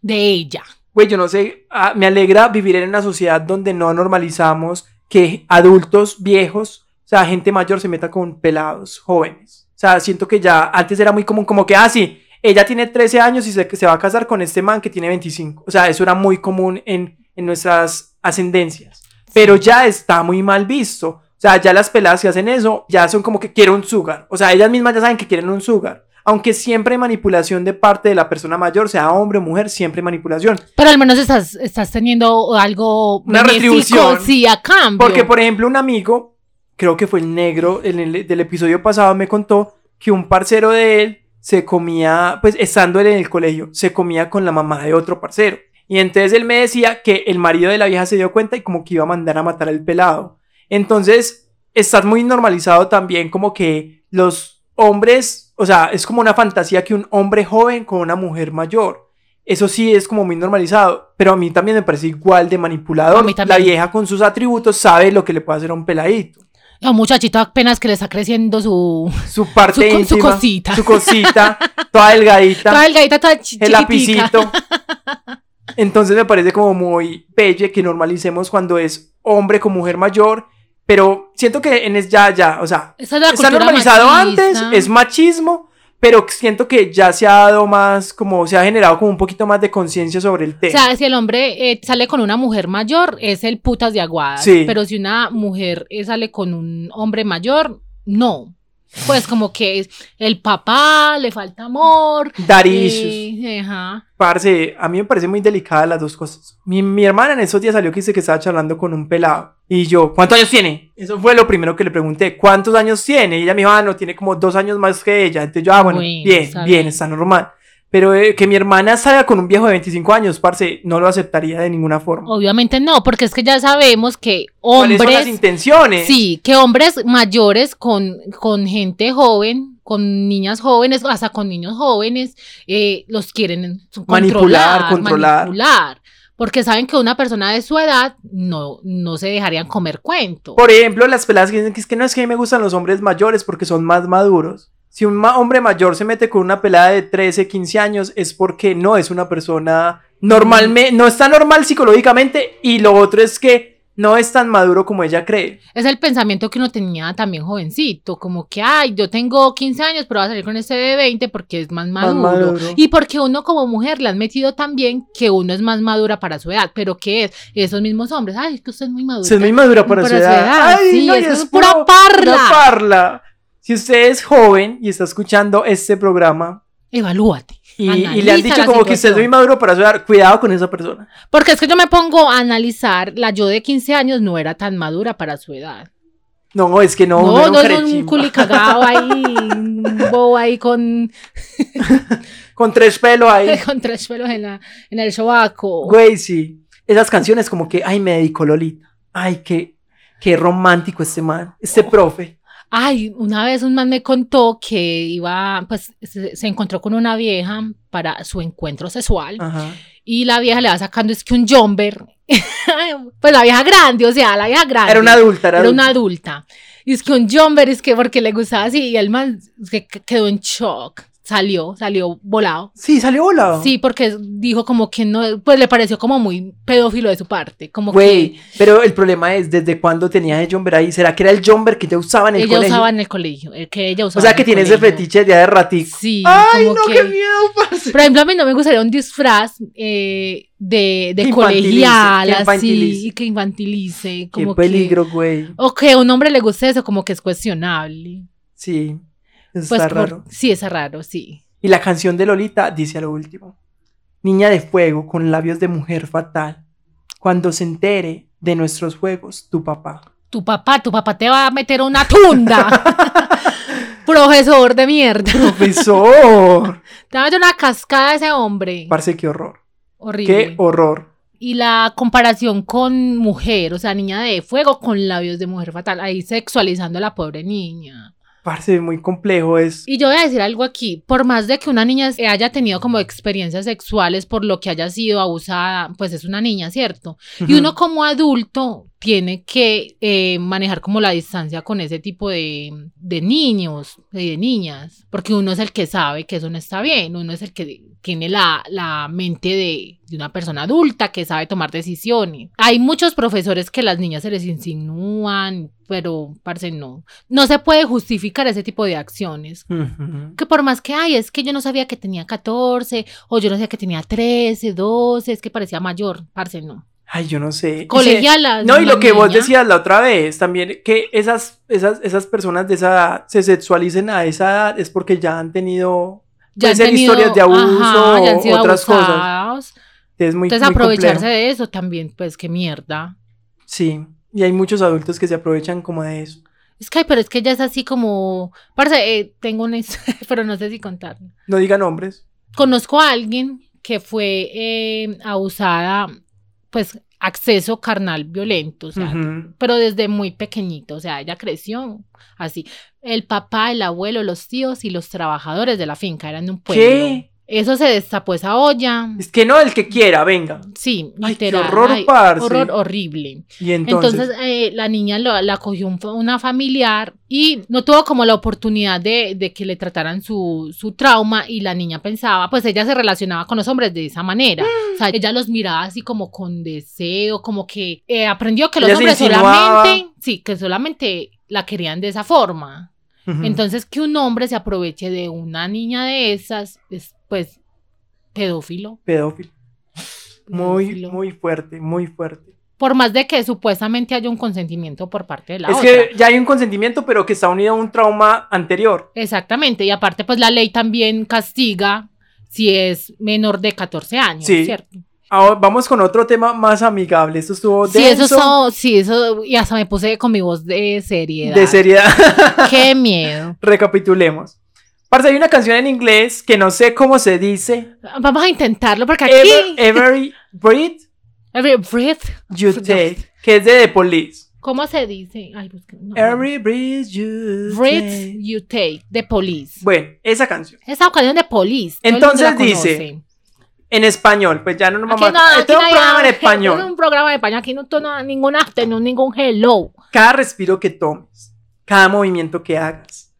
Speaker 2: de ella.
Speaker 1: Güey, yo no sé, ah, me alegra vivir en una sociedad donde no normalizamos que adultos viejos, o sea, gente mayor se meta con pelados jóvenes. O sea, siento que ya antes era muy común como que, ah, sí, ella tiene 13 años y se, se va a casar con este man que tiene 25. O sea, eso era muy común en, en nuestras ascendencias. Pero ya está muy mal visto. O sea, ya las peladas que hacen eso, ya son como que quiero un sugar. O sea, ellas mismas ya saben que quieren un sugar. Aunque siempre hay manipulación de parte de la persona mayor, sea hombre o mujer, siempre hay manipulación.
Speaker 2: Pero al menos estás, estás teniendo algo.
Speaker 1: Una
Speaker 2: benéfico,
Speaker 1: retribución.
Speaker 2: Sí, a cambio.
Speaker 1: Porque, pues, por ejemplo, un amigo, creo que fue el negro, en el, del episodio pasado me contó que un parcero de él se comía, pues estando él en el colegio, se comía con la mamá de otro parcero. Y entonces él me decía que el marido de la vieja se dio cuenta y como que iba a mandar a matar al pelado. Entonces, estás muy normalizado también como que los hombres, o sea, es como una fantasía que un hombre joven con una mujer mayor. Eso sí es como muy normalizado, pero a mí también me parece igual de manipulador.
Speaker 2: A mí también.
Speaker 1: La vieja con sus atributos sabe lo que le puede hacer a un peladito.
Speaker 2: A un muchachito apenas que le está creciendo su.
Speaker 1: Su parte
Speaker 2: Su co- su
Speaker 1: íntima,
Speaker 2: cosita.
Speaker 1: su cosita, toda delgadita,
Speaker 2: Toda delgadita, toda chi-
Speaker 1: el
Speaker 2: chiquitica.
Speaker 1: lapicito. Entonces me parece como muy pelle que normalicemos cuando es hombre con mujer mayor, pero siento que en es ya ya, o sea,
Speaker 2: Esa es la
Speaker 1: está
Speaker 2: cultura
Speaker 1: normalizado
Speaker 2: machista.
Speaker 1: antes, es machismo, pero siento que ya se ha dado más, como se ha generado como un poquito más de conciencia sobre el
Speaker 2: O
Speaker 1: tema.
Speaker 2: sea, si el hombre eh, sale con una mujer mayor, es el putas de aguada.
Speaker 1: Sí.
Speaker 2: Pero si una mujer eh, sale con un hombre mayor, no. Pues como que es el papá, le falta amor.
Speaker 1: Dar issues.
Speaker 2: eh, ajá.
Speaker 1: Parce, a mí me parece muy delicada las dos cosas. Mi, mi hermana en esos días salió que dice que estaba charlando con un pelado. Y yo, ¿cuántos años tiene? Eso fue lo primero que le pregunté, ¿cuántos años tiene? Y ella me dijo, ah, no, tiene como dos años más que ella. Entonces yo, ah, bueno,
Speaker 2: Bueno,
Speaker 1: bien,
Speaker 2: está
Speaker 1: bien,
Speaker 2: bien.
Speaker 1: está normal. Pero eh, que mi hermana salga con un viejo de 25 años, parce, no lo aceptaría de ninguna forma.
Speaker 2: Obviamente no, porque es que ya sabemos que
Speaker 1: ¿Cuáles son las
Speaker 2: hombres.
Speaker 1: intenciones?
Speaker 2: Sí, que hombres mayores con, con gente joven, con niñas jóvenes, hasta con niños jóvenes, eh, los quieren
Speaker 1: Manipular,
Speaker 2: controlar,
Speaker 1: controlar.
Speaker 2: manipular, porque saben que una persona de su edad no, no se dejarían comer cuento.
Speaker 1: Por ejemplo, las peladas que dicen que es que no es que a mí me gustan los hombres mayores porque son más maduros. Si un ma- hombre mayor se mete con una pelada de 13, 15 años es porque no es una persona normalmente, no está normal psicológicamente y lo otro es que no es tan maduro como ella cree.
Speaker 2: Es el pensamiento que uno tenía también jovencito, como que, ay, yo tengo 15 años, pero voy a salir con este de 20 porque es más
Speaker 1: Más
Speaker 2: maduro.
Speaker 1: maduro.
Speaker 2: Y porque uno como mujer le han metido también que uno es más madura para su edad, pero ¿qué es? Esos mismos hombres, ay, es que usted es muy maduro.
Speaker 1: Se es muy madura para,
Speaker 2: Para
Speaker 1: su
Speaker 2: su
Speaker 1: edad.
Speaker 2: edad,
Speaker 1: Ay,
Speaker 2: sí,
Speaker 1: no, y
Speaker 2: eso es
Speaker 1: puro-
Speaker 2: pura parla.
Speaker 1: pura parla. Si usted es joven y está escuchando este programa
Speaker 2: Evalúate.
Speaker 1: y, y le han
Speaker 2: Analiza
Speaker 1: dicho
Speaker 2: la
Speaker 1: como que usted es
Speaker 2: situación.
Speaker 1: muy maduro para su edad, cuidado con esa persona.
Speaker 2: Porque es que yo me pongo a analizar, la yo de 15 años no era tan madura para su edad.
Speaker 1: No, es que no.
Speaker 2: No,
Speaker 1: uno era
Speaker 2: no,
Speaker 1: un
Speaker 2: es un
Speaker 1: carechimba.
Speaker 2: culicagado ahí, un bobo ahí con,
Speaker 1: Con tres pelos ahí.
Speaker 2: con tres pelos en, la, en el sobaco.
Speaker 1: Güey, sí. Esas canciones como que, ay, me dedicó Lolita. Ay, qué, qué romántico este man, este
Speaker 2: Oh.
Speaker 1: profe.
Speaker 2: Ay, una vez un man me contó que iba, pues se, se encontró con una vieja para su encuentro sexual
Speaker 1: Ajá.
Speaker 2: y la vieja le va sacando es que un jumper, pues la vieja grande, o sea, la vieja grande.
Speaker 1: Era una adulta, era,
Speaker 2: Era una
Speaker 1: adulta.
Speaker 2: adulta. Y es que un jumper, es que porque le gustaba así, y el man se que- quedó en shock. Salió, salió volado.
Speaker 1: Sí, salió volado.
Speaker 2: Sí, porque dijo como que no, pues le pareció como muy pedófilo de su parte. Como
Speaker 1: Güey, pero el problema es, ¿desde cuándo tenía el jumper ahí? ¿Será que era el jumper que ya usaba en
Speaker 2: que
Speaker 1: el
Speaker 2: ella
Speaker 1: colegio?
Speaker 2: usaba en el colegio. el que ella
Speaker 1: o
Speaker 2: usaba
Speaker 1: sea,
Speaker 2: en
Speaker 1: que
Speaker 2: el
Speaker 1: tiene ese
Speaker 2: colegio.
Speaker 1: fetiche de ya de ratico.
Speaker 2: Sí,
Speaker 1: Ay,
Speaker 2: como
Speaker 1: no,
Speaker 2: que-
Speaker 1: qué miedo, parce.
Speaker 2: Por ejemplo, a mí no me gustaría un disfraz eh, de, de
Speaker 1: Que
Speaker 2: colegial,
Speaker 1: infantilice, que infantilice.
Speaker 2: así, que infantilice.
Speaker 1: Qué
Speaker 2: Como que-
Speaker 1: peligro, güey.
Speaker 2: o que a un hombre le guste eso, como que es cuestionable.
Speaker 1: Sí, eso
Speaker 2: Pues
Speaker 1: está
Speaker 2: por-
Speaker 1: raro.
Speaker 2: Sí, es raro, sí.
Speaker 1: Y la canción de Lolita dice a lo último: Niña de fuego con labios de mujer fatal. Cuando se entere de nuestros juegos, tu papá.
Speaker 2: tu papá, tu papá te va a meter una tunda. Profesor de mierda.
Speaker 1: Profesor.
Speaker 2: Te va a meter una cascada a ese hombre.
Speaker 1: Parce, qué horror. Qué
Speaker 2: Horrible.
Speaker 1: horror.
Speaker 2: y la comparación con mujer, o sea, niña de fuego con labios de mujer fatal, ahí sexualizando a la pobre niña.
Speaker 1: Parce, muy complejo es.
Speaker 2: Y yo voy a decir algo aquí, por más de que una niña se haya tenido como experiencias sexuales por lo que haya sido abusada, pues es una niña, ¿cierto? Y uno como adulto tiene que eh, manejar como la distancia con ese tipo de, de niños y de niñas, porque uno es el que sabe que eso no está bien, uno es el que tiene la, la mente de, de una persona adulta que sabe tomar decisiones. Hay muchos profesores que las niñas se les insinúan, pero parce, no. No se puede justificar ese tipo de acciones.
Speaker 1: Ujú.
Speaker 2: Que por más que hay, es que yo no sabía que tenía 14, o yo no sabía que tenía 13, 12, es que parecía mayor, parce, no.
Speaker 1: Ay, yo no sé.
Speaker 2: Colegiala.
Speaker 1: No, y
Speaker 2: una
Speaker 1: lo que vos
Speaker 2: niña.
Speaker 1: decías la otra vez también, que esas, esas, esas personas de esa edad se sexualicen a esa edad es porque ya han tenido,
Speaker 2: ya
Speaker 1: pueden ser historias de abuso
Speaker 2: ajá, ya han
Speaker 1: o
Speaker 2: sido
Speaker 1: otras cosas.
Speaker 2: abusados.
Speaker 1: es muy,
Speaker 2: Entonces
Speaker 1: muy
Speaker 2: aprovecharse
Speaker 1: complejo.
Speaker 2: de eso también, pues qué mierda.
Speaker 1: Sí, y hay muchos adultos que se aprovechan como de eso.
Speaker 2: Es que, ay, pero es que ya es así como, parce, eh, tengo una historia, pero no sé si contar.
Speaker 1: No digan hombres.
Speaker 2: Conozco a alguien que fue eh, abusada, pues acceso carnal violento, o sea, pero desde muy pequeñito, o sea, ella creció así. El papá, el abuelo, los tíos y los trabajadores de la finca eran de un pueblo.
Speaker 1: ¿Qué?
Speaker 2: Eso se destapó esa olla.
Speaker 1: Es que no, el que quiera, venga.
Speaker 2: Sí,
Speaker 1: Ay, qué
Speaker 2: literal,
Speaker 1: horror,
Speaker 2: ay,
Speaker 1: parce.
Speaker 2: horror horrible.
Speaker 1: Y entonces,
Speaker 2: Entonces, eh, la niña lo- la cogió un fa- una familiar y no tuvo como la oportunidad de, de que le trataran su, su trauma y la niña pensaba, pues ella se relacionaba con los hombres de esa manera. O sea, ella los miraba así como con deseo, como que eh, aprendió que los
Speaker 1: Ella se
Speaker 2: hombres
Speaker 1: insinuaba.
Speaker 2: solamente, sí, que solamente la querían de esa forma.
Speaker 1: ujú.
Speaker 2: Entonces, que un hombre se aproveche de una niña de esas, es, pues, pedófilo.
Speaker 1: pedófilo. Muy,
Speaker 2: pedófilo.
Speaker 1: muy fuerte, muy fuerte.
Speaker 2: Por más de que supuestamente haya un consentimiento por parte de la
Speaker 1: es
Speaker 2: otra.
Speaker 1: que ya hay un consentimiento, pero que está unido a un trauma anterior.
Speaker 2: Exactamente, y aparte pues la ley también castiga si es menor de 14 años,
Speaker 1: Sí,
Speaker 2: ¿cierto?
Speaker 1: Ahora vamos con otro tema más amigable. Esto estuvo
Speaker 2: Sí, eso,
Speaker 1: denso,
Speaker 2: so- sí, eso, y hasta me puse con mi voz de seriedad.
Speaker 1: de seriedad.
Speaker 2: Qué miedo.
Speaker 1: Recapitulemos. Parce, hay una canción en inglés que no sé cómo se dice.
Speaker 2: Vamos a intentarlo porque aquí...
Speaker 1: Ever- every breath
Speaker 2: Every breath,
Speaker 1: you
Speaker 2: Dios.
Speaker 1: take, que es de The Police.
Speaker 2: ¿cómo se dice? Ay, pues, que no.
Speaker 1: Every breath you
Speaker 2: breath
Speaker 1: take.
Speaker 2: you take, de police.
Speaker 1: Bueno, esa canción.
Speaker 2: Esa ocasión de police. todo el mundo
Speaker 1: Entonces
Speaker 2: la conoce.
Speaker 1: dice, En español, pues ya no nos
Speaker 2: Aquí
Speaker 1: vamos
Speaker 2: no,
Speaker 1: a...
Speaker 2: aquí
Speaker 1: Este es un
Speaker 2: no hay-
Speaker 1: programa en
Speaker 2: este Es
Speaker 1: español.
Speaker 2: un programa en español. Aquí no toma ningún afternoon, ningún hello.
Speaker 1: Cada respiro que tomes, cada movimiento que hagas,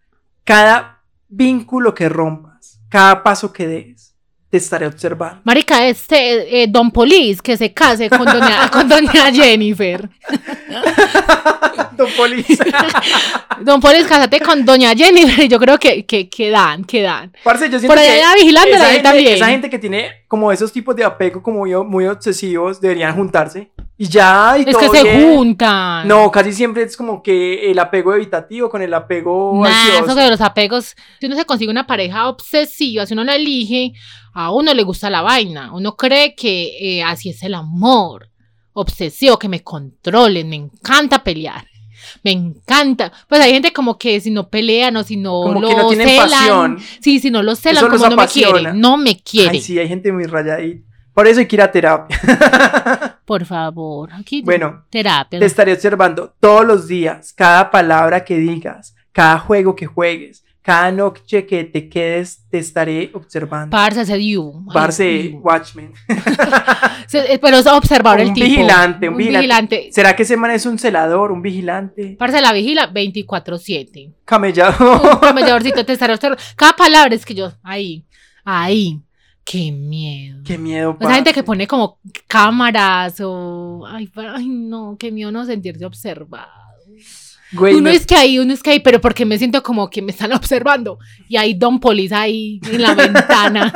Speaker 1: cada vínculo que rompas, cada paso que des, te estaré observando.
Speaker 2: Marica, este eh, Don Polis que se case con doña, con doña Jennifer.
Speaker 1: Don Police.
Speaker 2: Don Polis, casate con doña Jennifer. y Yo creo que, que, que dan, que dan.
Speaker 1: Parce, yo siento
Speaker 2: Por
Speaker 1: que-
Speaker 2: allá vigilándola
Speaker 1: esa
Speaker 2: ahí
Speaker 1: gente,
Speaker 2: también.
Speaker 1: esa gente que tiene como esos tipos de apego como muy, muy obsesivos deberían juntarse y ya y
Speaker 2: es
Speaker 1: todo
Speaker 2: que se
Speaker 1: bien.
Speaker 2: juntan.
Speaker 1: No, casi siempre es como que el apego evitativo con el apego
Speaker 2: Nah,
Speaker 1: ansioso.
Speaker 2: eso de los apegos. Si uno se consigue una pareja obsesiva, si uno la elige, a uno le gusta la vaina. Uno cree que eh, así es el amor. Obsesivo, que me controlen. Me encanta pelear. Me encanta. Pues hay gente como que si no pelean o si no
Speaker 1: Como
Speaker 2: lo
Speaker 1: que no tienen
Speaker 2: celan,
Speaker 1: pasión.
Speaker 2: Sí, si no lo celan,
Speaker 1: Eso los
Speaker 2: como no me
Speaker 1: apasiona.
Speaker 2: quieren. No me quieren.
Speaker 1: Ay, sí, hay gente muy rayadita. Por eso hay que ir a terapia.
Speaker 2: Por favor. Aquí.
Speaker 1: Bueno,
Speaker 2: Terapia.
Speaker 1: Te estaré observando todos los días, cada palabra que digas, cada juego que juegues, cada noche que te quedes, te estaré observando.
Speaker 2: Parce, ese you. Ay,
Speaker 1: Parce,
Speaker 2: you.
Speaker 1: Watchmen.
Speaker 2: Se- eh, Pero es observar
Speaker 1: Un
Speaker 2: el tipo.
Speaker 1: vigilante, un vigilante.
Speaker 2: vigilante.
Speaker 1: ¿Será que ese man es un celador, un vigilante?
Speaker 2: Parce, la vigila 24-7.
Speaker 1: Camellado.
Speaker 2: Un camelladorcito, te estaré observando. Cada palabra es que yo, ahí, ahí, qué miedo.
Speaker 1: Qué miedo,
Speaker 2: Esa gente
Speaker 1: parce.
Speaker 2: que pone como cámaras o, ay, pa- ay, no, qué miedo no sentirse observado.
Speaker 1: Güey,
Speaker 2: uno
Speaker 1: Pues no-
Speaker 2: es que ahí, uno es que ahí, pero porque me siento como que me están observando. Y ahí Don Polis ahí en la ventana,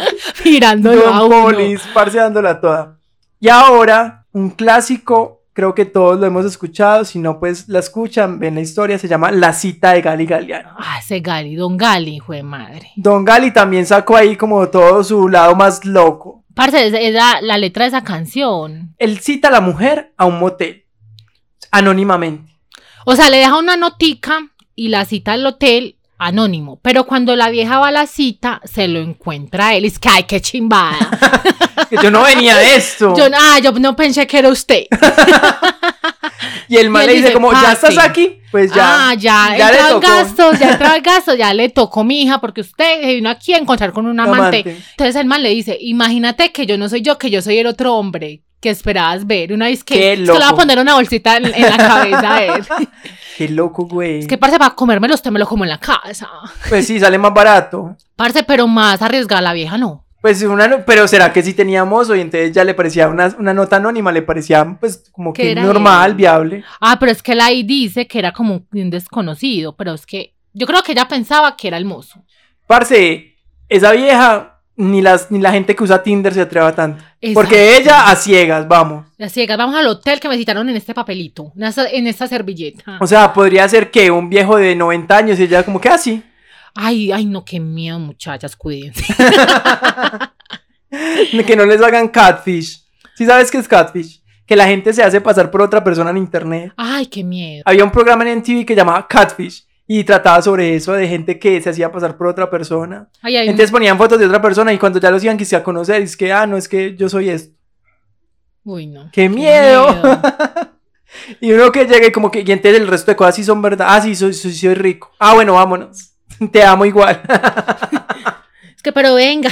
Speaker 2: mirando a
Speaker 1: Don
Speaker 2: uno.
Speaker 1: Polis, parce dándola toda. Y ahora, un clásico, creo que todos lo hemos escuchado, si no, pues la escuchan, ven la historia, se llama La cita de Gali Galeano.
Speaker 2: Ah, ese Gali, Don Gali, hijo de madre.
Speaker 1: Don Gali también sacó ahí como todo su lado más loco.
Speaker 2: Parce, esa es la, la letra de esa canción.
Speaker 1: Él cita a la mujer a un motel, anónimamente.
Speaker 2: O sea, le deja una notica y la cita al hotel anónimo. Pero cuando la vieja va a la cita, se lo encuentra a él. Es que, ay, qué chimbada.
Speaker 1: Que Yo no venía de esto.
Speaker 2: Yo, ah, yo no pensé que era usted.
Speaker 1: y el man
Speaker 2: y él
Speaker 1: le dice
Speaker 2: dice,
Speaker 1: como, ¿ya estás
Speaker 2: "Parce".
Speaker 1: aquí? Pues ya.
Speaker 2: ah, ya,
Speaker 1: ya le
Speaker 2: entraba en
Speaker 1: tocó.
Speaker 2: gastos, ya entraba en gastos, ya le tocó mi hija porque usted se vino aquí a encontrar con un amante.
Speaker 1: Amante.
Speaker 2: Entonces el man le dice, imagínate que yo no soy yo, que yo soy el otro hombre. que esperabas ver. Una vez
Speaker 1: Qué
Speaker 2: que se le va a
Speaker 1: loco.
Speaker 2: poner una bolsita en, en la cabeza a él.
Speaker 1: Qué loco, güey.
Speaker 2: Es que, parce, para comérmelo usted me lo como en la casa.
Speaker 1: Pues sí, sale más barato.
Speaker 2: Parce, pero más arriesgada la vieja no.
Speaker 1: Pues una, no- pero será que sí teníamos y entonces ya le parecía una, una nota anónima, le parecía pues como
Speaker 2: ¿Qué
Speaker 1: que
Speaker 2: era
Speaker 1: normal,
Speaker 2: él?
Speaker 1: viable.
Speaker 2: Ah, pero es que la ahí dice que era como un desconocido, pero es que yo creo que ella pensaba que era el mozo.
Speaker 1: Parce, esa vieja, ni las, ni la gente que usa Tinder se atreva tanto. Porque
Speaker 2: Exacto.
Speaker 1: ella a ciegas, vamos.
Speaker 2: Las ciegas, vamos al hotel que me citaron en este papelito, en esta, en esta servilleta.
Speaker 1: Ah. O sea, podría ser que un viejo de 90 años y ella como que "Ah, así.
Speaker 2: Ay, ay, no, qué miedo, muchachas, cuídense.
Speaker 1: que no les hagan catfish. ¿Sí sabes qué es catfish? Que la gente se hace pasar por otra persona en internet.
Speaker 2: Ay, qué miedo.
Speaker 1: Había un programa en MTV que llamaba Catfish y trataba sobre eso de gente que se hacía pasar por otra persona.
Speaker 2: Ay, ay,
Speaker 1: Entonces ponían fotos de otra persona y cuando ya los iban quisiera conocer, es que, ah, no, es que yo soy esto.
Speaker 2: uy, no.
Speaker 1: ¡Qué miedo! Y uno que llega y como que, y entonces el resto de cosas sí son verdad. Ah, sí, soy, soy, soy rico. Ah, bueno, vámonos. Te amo igual.
Speaker 2: Es que, pero venga.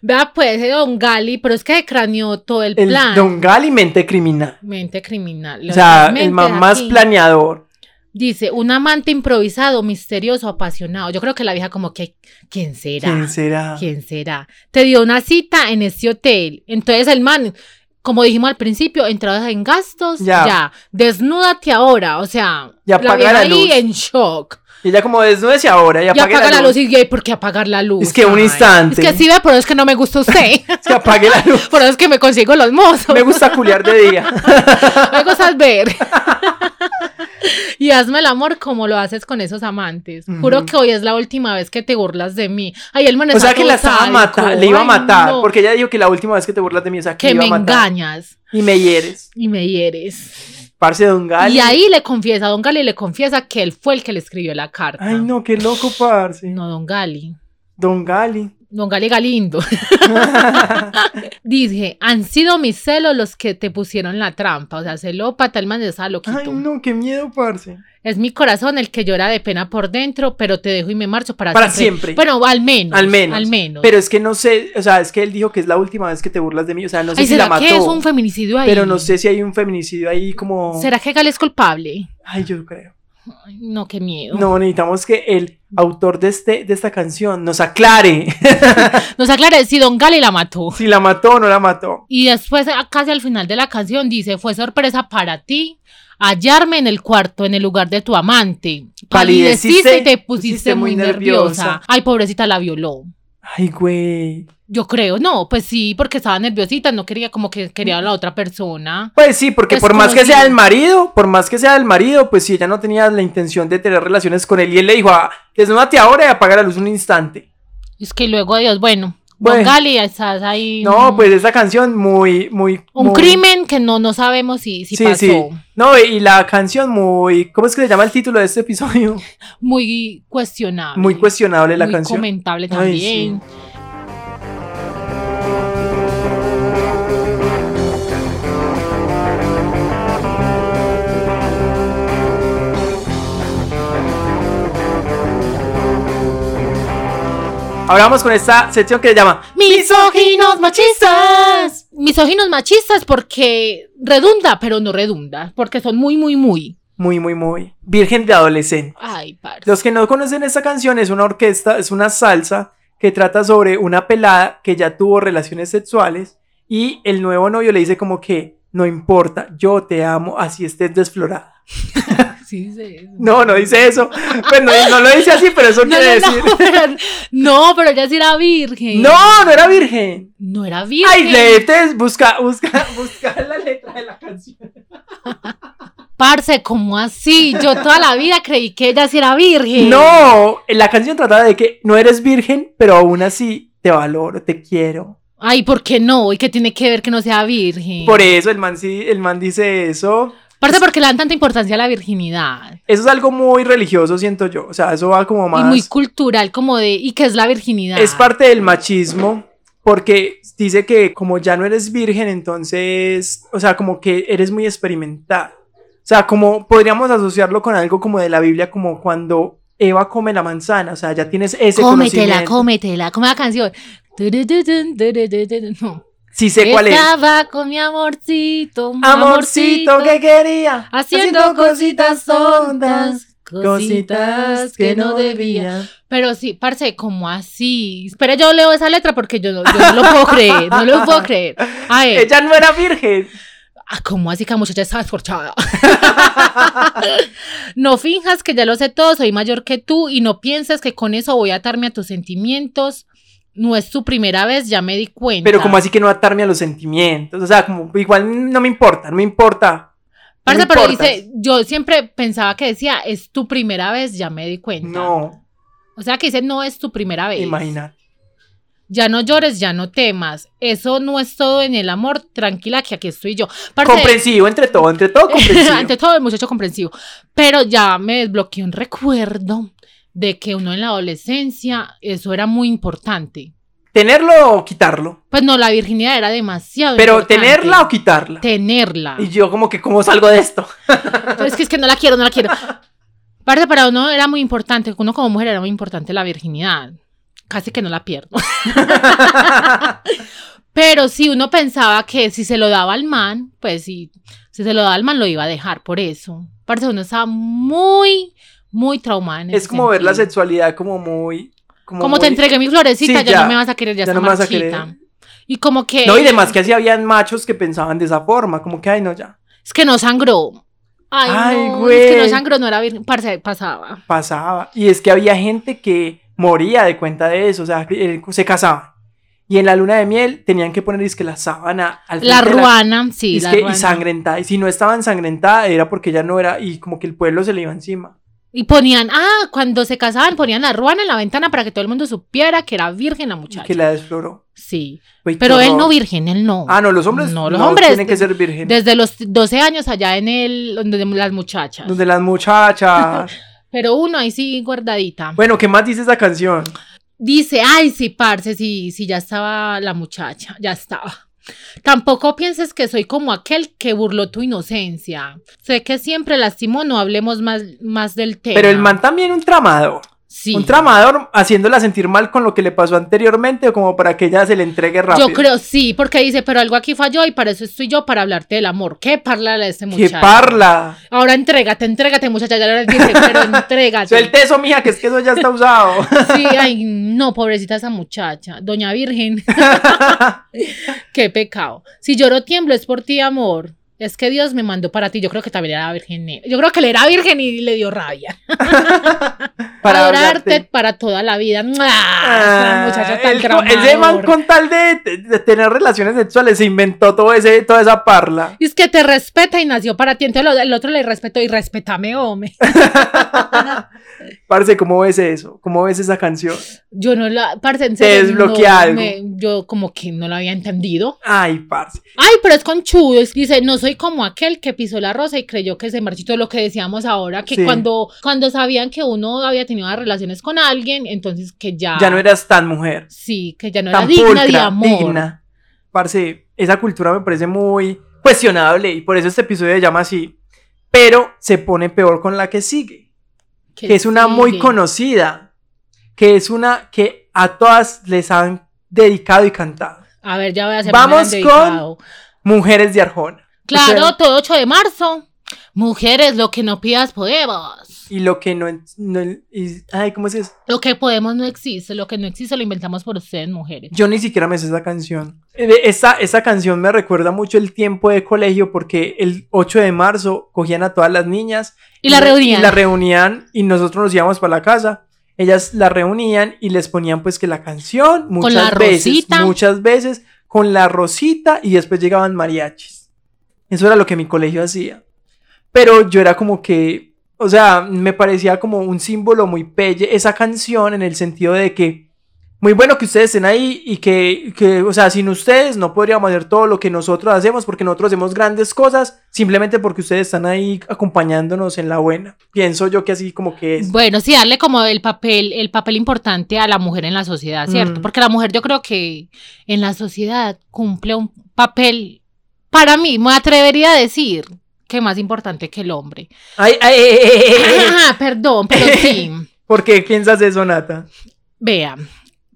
Speaker 2: Vea, pues, ese Don Gali, pero es que craneó todo el,
Speaker 1: El
Speaker 2: plan.
Speaker 1: Don Gali, mente criminal.
Speaker 2: Mente criminal.
Speaker 1: O sea,
Speaker 2: Mente
Speaker 1: el man más
Speaker 2: aquí.
Speaker 1: planeador.
Speaker 2: Dice, un amante improvisado, misterioso, apasionado. Yo creo que la vieja como que, ¿quién será?
Speaker 1: ¿Quién será?
Speaker 2: ¿Quién será? Te dio una cita en ese hotel. Entonces el man, como dijimos al principio, entradas en gastos, ya.
Speaker 1: Ya.
Speaker 2: Desnúdate ahora. O sea,
Speaker 1: Y apaga
Speaker 2: vieja
Speaker 1: la
Speaker 2: ahí
Speaker 1: luz.
Speaker 2: en shock.
Speaker 1: Y ella como desnúdese ahora y
Speaker 2: Y
Speaker 1: apague
Speaker 2: apaga la luz. y, "Ey, ¿por qué apagar la luz?
Speaker 1: Es que un instante.
Speaker 2: Es que sí, ve, pero es que no me gusta usted.
Speaker 1: Es que apague la luz.
Speaker 2: Por eso es que me consigo los mozos.
Speaker 1: Me gusta culiar de día.
Speaker 2: Me gusta ver. y hazme el amor como lo haces con esos amantes. Juro
Speaker 1: Ujú.
Speaker 2: que hoy es la última vez que te burlas de mí. Ay, el man
Speaker 1: O
Speaker 2: está
Speaker 1: sea que
Speaker 2: todo
Speaker 1: la estaba
Speaker 2: sádico.
Speaker 1: matar, le iba a
Speaker 2: Ay,
Speaker 1: matar,
Speaker 2: no.
Speaker 1: porque ella dijo que la última vez que te burlas de mí es aquí.
Speaker 2: que
Speaker 1: iba
Speaker 2: me
Speaker 1: a matar.
Speaker 2: engañas
Speaker 1: Y me hieres.
Speaker 2: y me hieres.
Speaker 1: Parce Don Gali.
Speaker 2: Y ahí le confiesa, Don Gali le confiesa que él fue el que le escribió la carta.
Speaker 1: Ay, no, qué loco, parce.
Speaker 2: No, Don Gali.
Speaker 1: Don Gali.
Speaker 2: Don Gali Galindo. Dice, han sido mis celos los que te pusieron la trampa. O sea, celópata, el man de esa loquito.
Speaker 1: Ay, no, qué miedo, parce.
Speaker 2: Es mi corazón el que llora de pena por dentro, pero te dejo y me marcho para,
Speaker 1: Para siempre.
Speaker 2: Bueno, al menos.
Speaker 1: Al menos.
Speaker 2: Al menos.
Speaker 1: Pero es que no sé, o sea, es que él dijo que es la última vez que te burlas de mí. O sea, no sé
Speaker 2: Ay,
Speaker 1: si
Speaker 2: ¿será
Speaker 1: la mató.
Speaker 2: que es un feminicidio ahí?
Speaker 1: Pero no sé si hay un feminicidio ahí como.
Speaker 2: ¿Será que Gal es culpable?
Speaker 1: Ay, yo creo.
Speaker 2: Ay, no, qué miedo.
Speaker 1: No, necesitamos que el autor de, este, de esta canción nos aclare
Speaker 2: Nos aclara si Don Gali la mató.
Speaker 1: si la mató o no la mató.
Speaker 2: Y después, a- casi al final de la canción, dice, fue sorpresa para ti hallarme en el cuarto, en el lugar de tu amante. Palideciste y te pusiste muy nerviosa. Ay, pobrecita, la violó.
Speaker 1: Ay, güey.
Speaker 2: Yo creo, no, pues sí, porque estaba nerviosita, no quería como que quería a la otra persona.
Speaker 1: Pues sí, porque por más que sea
Speaker 2: Desconocido.
Speaker 1: el marido, por más que sea el marido, pues si ella no tenía la intención de tener relaciones con él y él le dijo, ah, desnúdate ahora y apaga la luz un instante.
Speaker 2: Es que luego Dios, bueno,
Speaker 1: Bueno.
Speaker 2: Don Gali, estás ahí.
Speaker 1: No,
Speaker 2: mm,
Speaker 1: pues esa canción muy, muy...
Speaker 2: Un
Speaker 1: muy-
Speaker 2: crimen que no, no sabemos si, si
Speaker 1: sí,
Speaker 2: pasó.
Speaker 1: sí. No, y la canción muy... ¿Cómo es que se llama el título de este episodio?
Speaker 2: Muy cuestionable.
Speaker 1: Muy cuestionable la
Speaker 2: muy
Speaker 1: canción.
Speaker 2: comentable
Speaker 1: Ay, sí.
Speaker 2: también.
Speaker 1: Ahora vamos con esta sección que se llama...
Speaker 2: Misóginos machistas. Misóginos machistas porque redunda, pero no redunda, porque son muy, muy, muy.
Speaker 1: Muy, muy, muy... Virgen de adolescente.
Speaker 2: Ay, parce.
Speaker 1: Los que no conocen esta canción es una orquesta, es una salsa que trata sobre una pelada que ya tuvo relaciones sexuales y el nuevo novio le dice como que no importa, yo te amo, así estés desflorada.
Speaker 2: Sí, sí.
Speaker 1: No, no dice eso. Pues no, no lo dice así, pero eso
Speaker 2: No,
Speaker 1: quiere
Speaker 2: no,
Speaker 1: decir.
Speaker 2: no, pero, no, pero ella sí era virgen.
Speaker 1: No, no era virgen.
Speaker 2: No era virgen.
Speaker 1: Ay, leete, busca, busca, busca la letra de la canción.
Speaker 2: Parce, ¿cómo así? Yo toda la vida creí que ella sí era virgen.
Speaker 1: No, la canción trataba de que no eres virgen, pero aún así te valoro, te quiero.
Speaker 2: Ay, ¿por qué no? ¿Y qué tiene que ver que no sea virgen?
Speaker 1: Por e- eso el man sí, el man dice eso.
Speaker 2: Parce, porque le dan tanta importancia a la virginidad.
Speaker 1: Eso es algo muy religioso, siento yo. O sea, eso va como más.
Speaker 2: Y muy cultural, como de, ¿y qué es la virginidad?
Speaker 1: Es parte del machismo, porque dice que como ya no eres virgen, entonces, o sea, como que eres muy experimental. O sea, como podríamos asociarlo con algo como de la Biblia, como cuando Eva come la manzana. O sea, ya tienes ese
Speaker 2: cómetela,
Speaker 1: conocimiento.
Speaker 2: cómetela, como la canción. Turururun, turururun, No.
Speaker 1: Sí sé cuál es.
Speaker 2: Estaba con mi amorcito.
Speaker 1: Amorcito que quería.
Speaker 2: Haciendo cositas tontas. Cositas que no debía. Pero sí, parce, ¿cómo así? Espera, yo leo esa letra porque yo no, yo no lo puedo creer, no lo puedo creer. A ver,
Speaker 1: Ella no era virgen.
Speaker 2: ah, ¿cómo así que la muchacha está escorchada? no finjas que ya lo sé todo, soy mayor que tú y no pienses que con eso voy a atarme a tus sentimientos. No es tu primera vez, ya me di cuenta.
Speaker 1: Pero como así que no atarme a los sentimientos. O sea, como igual no me importa, no me importa. No
Speaker 2: Parce,
Speaker 1: me
Speaker 2: pero
Speaker 1: importas.
Speaker 2: dice, yo siempre pensaba que decía, es tu primera vez, ya me di cuenta.
Speaker 1: No,
Speaker 2: O sea que dice, no es tu primera vez.
Speaker 1: imagínate.
Speaker 2: Ya no llores, ya no temas. Eso no es todo en el amor. Tranquila, que aquí estoy yo. Parce,
Speaker 1: Comprensivo, entre todo, entre todo comprensivo.
Speaker 2: Ante todo, el muchacho comprensivo. Pero ya me desbloqueé un recuerdo de que uno en la adolescencia, eso era muy importante.
Speaker 1: ¿Tenerlo o quitarlo?
Speaker 2: Pues no, la virginidad era demasiado
Speaker 1: Pero
Speaker 2: importante.
Speaker 1: tenerla o quitarla.
Speaker 2: Tenerla.
Speaker 1: Y yo como que, ¿cómo salgo de esto?
Speaker 2: Pero es que es que no la quiero, no la quiero. Parte para uno era muy importante, uno como mujer era muy importante la virginidad. Casi que no la pierdo. Pero si uno pensaba que si se lo daba al man, pues si, si se lo daba al man lo iba a dejar por eso. Parte uno estaba muy, muy traumada. en
Speaker 1: es
Speaker 2: ese
Speaker 1: como ver la
Speaker 2: sentido.
Speaker 1: sexualidad como muy... Como,
Speaker 2: Como te
Speaker 1: muy-
Speaker 2: entregué mi florecita,
Speaker 1: Sí,
Speaker 2: ya,
Speaker 1: ya.
Speaker 2: no me vas a querer, ya,
Speaker 1: Ya
Speaker 2: está
Speaker 1: no me vas a
Speaker 2: marchita.
Speaker 1: querer.
Speaker 2: Y como que.
Speaker 1: No, y demás que así habían machos que pensaban de esa forma, como que, ay, no, ya,
Speaker 2: Es que no sangró. Ay,
Speaker 1: Ay,
Speaker 2: no, Es que no
Speaker 1: güey.
Speaker 2: sangró, no era virgen. parce, pasaba.
Speaker 1: pasaba. Y es que había gente que moría de cuenta de eso, o sea, eh, se casaban. Y en la luna de miel tenían que poner, es que la sábana al
Speaker 2: La
Speaker 1: frente de
Speaker 2: ruana, sí,
Speaker 1: y, es
Speaker 2: la
Speaker 1: que- y
Speaker 2: ruana.
Speaker 1: sangrentada. Y si no estaba ensangrentada era porque ya no era, y como que el pueblo se le iba encima.
Speaker 2: Y ponían, ah, cuando se casaban ponían la ruana en la ventana para que todo el mundo supiera que era virgen la
Speaker 1: y
Speaker 2: muchacha.
Speaker 1: que la desfloró.
Speaker 2: Sí,
Speaker 1: Güey,
Speaker 2: pero
Speaker 1: qué
Speaker 2: él no
Speaker 1: horror.
Speaker 2: virgen, él no.
Speaker 1: Ah, no, los hombres
Speaker 2: No,
Speaker 1: no,
Speaker 2: los hombres
Speaker 1: tienen que
Speaker 2: de-
Speaker 1: ser virgen.
Speaker 2: Desde los 12 años allá en el donde las muchachas.
Speaker 1: Donde las muchachas.
Speaker 2: Pero uno ahí sí guardadita.
Speaker 1: bueno, ¿qué más dice esa canción?
Speaker 2: Dice, ay, sí, parce, sí, sí, ya estaba la muchacha, ya estaba. Tampoco pienses que soy como aquel que burló tu inocencia. Sé que siempre lastimó, no hablemos más, más del tema.
Speaker 1: Pero el man también un tramado.
Speaker 2: sí.
Speaker 1: Un tramador haciéndola sentir mal con lo que le pasó anteriormente o como para que ella se le entregue rápido.
Speaker 2: Yo creo, sí, porque dice, pero algo aquí falló y para eso estoy yo, para hablarte del amor. ¿Qué parla de este
Speaker 1: que
Speaker 2: muchacho?
Speaker 1: parla.
Speaker 2: Ahora entrégate, entrégate, muchacha. Ya le dije, pero entrégate.
Speaker 1: Suelte eso, mija, que es que eso ya está usado.
Speaker 2: Sí, ay, no, pobrecita esa muchacha. Doña Virgen. Qué pecado. Si lloro tiemblo es por ti, amor. Es que Dios me mandó para ti. Yo creo que también era virgen. ne- Yo creo que le era virgen y le dio rabia.
Speaker 1: para
Speaker 2: Adorarte
Speaker 1: hablarte.
Speaker 2: para toda la vida.
Speaker 1: Ah,
Speaker 2: ¡Mua! Esa muchacha tan
Speaker 1: el, co- ese man
Speaker 2: tramadora.
Speaker 1: con tal de, de tener relaciones sexuales se inventó todo ese, toda esa parla.
Speaker 2: Y es que te respeta y nació para ti. Entonces lo- el otro le respetó y respetame, hombre.
Speaker 1: Parce, ¿cómo ves eso? ¿Cómo ves esa canción?
Speaker 2: Yo no la. Parce, en
Speaker 1: Te
Speaker 2: serio,
Speaker 1: desbloquea
Speaker 2: no
Speaker 1: algo.
Speaker 2: me- yo como que no lo había entendido.
Speaker 1: Ay, parce.
Speaker 2: Ay, pero es conchudo. es- Dice, no soy como aquel que pisó la rosa y creyó que se marchitó lo que decíamos ahora, que
Speaker 1: Sí.
Speaker 2: cuando, cuando sabían que uno había tenido las relaciones con alguien, entonces que ya.
Speaker 1: Ya no eras tan mujer.
Speaker 2: Sí, que ya Ah. no
Speaker 1: tan
Speaker 2: era digna de
Speaker 1: pulcra,
Speaker 2: amor.
Speaker 1: digna. Parce, esa cultura me parece muy cuestionable y por eso este episodio se llama así. Pero se pone peor con la que sigue. que es una muy
Speaker 2: sigue.
Speaker 1: conocida, que es una que a todas les han dedicado y cantado.
Speaker 2: A ver, ya voy a hacer
Speaker 1: Vamos
Speaker 2: un
Speaker 1: con-
Speaker 2: dedicado.
Speaker 1: Mujeres de Arjona.
Speaker 2: Claro,
Speaker 1: O sea,
Speaker 2: todo 8 de marzo. Mujeres, lo que no pidas podemos.
Speaker 1: y lo que no, en- no en- y- ay, ¿cómo es eso?
Speaker 2: Lo que podemos no existe. Lo que no existe lo inventamos por ustedes, mujeres.
Speaker 1: Yo ni siquiera me sé esa canción. Eh, de- Esa, esa canción me recuerda mucho el tiempo de colegio porque el 8 de marzo cogían a todas las niñas
Speaker 2: Y la reunían.
Speaker 1: Y la reunían y nosotros nos íbamos para la casa. Ellas la reunían y les ponían pues que la canción muchas
Speaker 2: la
Speaker 1: veces,
Speaker 2: rosita.
Speaker 1: muchas veces con la rosita y después llegaban mariachis. Eso era lo que mi colegio hacía. Pero yo era como que, o sea, me parecía como un símbolo muy pelle esa canción en el sentido de que muy bueno que ustedes estén ahí y que, que, o sea, sin ustedes no podríamos hacer todo lo que nosotros hacemos porque nosotros hacemos grandes cosas simplemente porque ustedes están ahí acompañándonos en la buena. Pienso yo que así como que es.
Speaker 2: Bueno, sí, darle como el papel, el papel importante a la mujer en la sociedad, ¿cierto?
Speaker 1: Mm.
Speaker 2: Porque la mujer yo creo que en la sociedad cumple un papel, para mí, me atrevería a decir que más importante que el hombre.
Speaker 1: Ay, ay, ay, ay, ay, ay, ay.
Speaker 2: Ah, perdón, pero sí,
Speaker 1: ¿Por qué piensas eso, Nata?
Speaker 2: vea,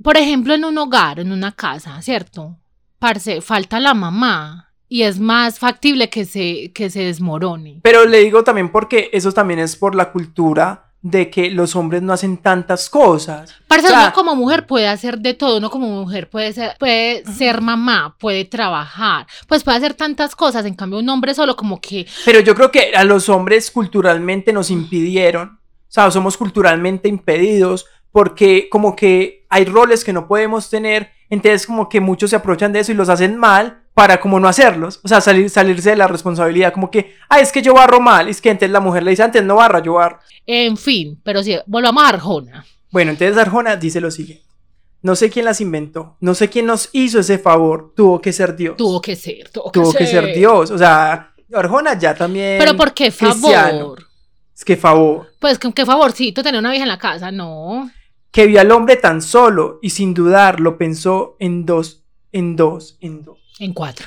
Speaker 2: por ejemplo, en un hogar, en una casa, ¿cierto? parce, falta la mamá y es más factible que se, que se desmorone.
Speaker 1: Pero le digo también porque eso también es por la cultura de que los hombres no hacen tantas cosas.
Speaker 2: Parce,
Speaker 1: O sea,
Speaker 2: uno como mujer puede hacer de todo, uno como mujer puede ser, puede ser mamá, puede trabajar, pues puede hacer tantas cosas, en cambio un hombre solo como que,
Speaker 1: Pero yo creo que a los hombres culturalmente nos impidieron, o sea, somos culturalmente impedidos porque como que hay roles que no podemos tener, entonces como que muchos se aprovechan de eso y los hacen mal para como no hacerlos, o sea, salir, salirse de la responsabilidad, como que, ah, es que yo barro mal, es que antes la mujer le dice, antes no barra, yo barro.
Speaker 2: en fin, pero sí, volvamos a Arjona.
Speaker 1: Bueno, entonces Arjona dice lo siguiente, no sé quién las inventó, no sé quién nos hizo ese favor, tuvo que ser Dios.
Speaker 2: Tuvo que ser, tuvo,
Speaker 1: Tuvo que ser Dios, o sea, Arjona ya también...
Speaker 2: Pero ¿por qué favor?
Speaker 1: cristiano. Es que favor.
Speaker 2: Pues ¿con qué favorcito tener una vieja en la casa, no.
Speaker 1: que vio al hombre tan solo y sin dudar lo pensó en dos, en dos, en dos.
Speaker 2: En cuatro.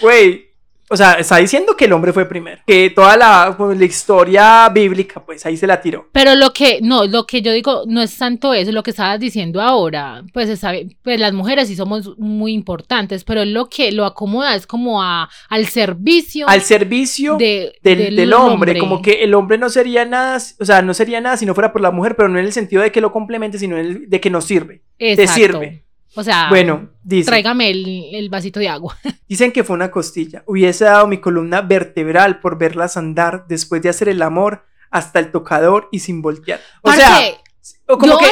Speaker 1: Güey, o sea, está diciendo que el hombre fue primero, que toda la, pues, la historia bíblica, pues ahí se la tiró.
Speaker 2: Pero lo que, no, lo que yo digo no es tanto eso, lo que estabas diciendo ahora, pues, está bien, pues las mujeres sí somos muy importantes, pero él lo que lo acomoda es como a, al servicio
Speaker 1: Al servicio
Speaker 2: de-
Speaker 1: del, del hombre, como que el hombre no sería nada, o sea, no sería nada si no fuera por la mujer, pero no en el sentido de que lo complemente, sino en el- de que nos sirve.
Speaker 2: Exacto.
Speaker 1: sirve.
Speaker 2: O sea,
Speaker 1: Bueno, dice.
Speaker 2: tráigame el, el vasito de agua.
Speaker 1: Dicen que fue una costilla. Hubiese dado mi columna vertebral por verlas andar después de hacer el amor hasta el tocador y sin voltear. O
Speaker 2: Parce,
Speaker 1: sea, o como
Speaker 2: yo-
Speaker 1: que,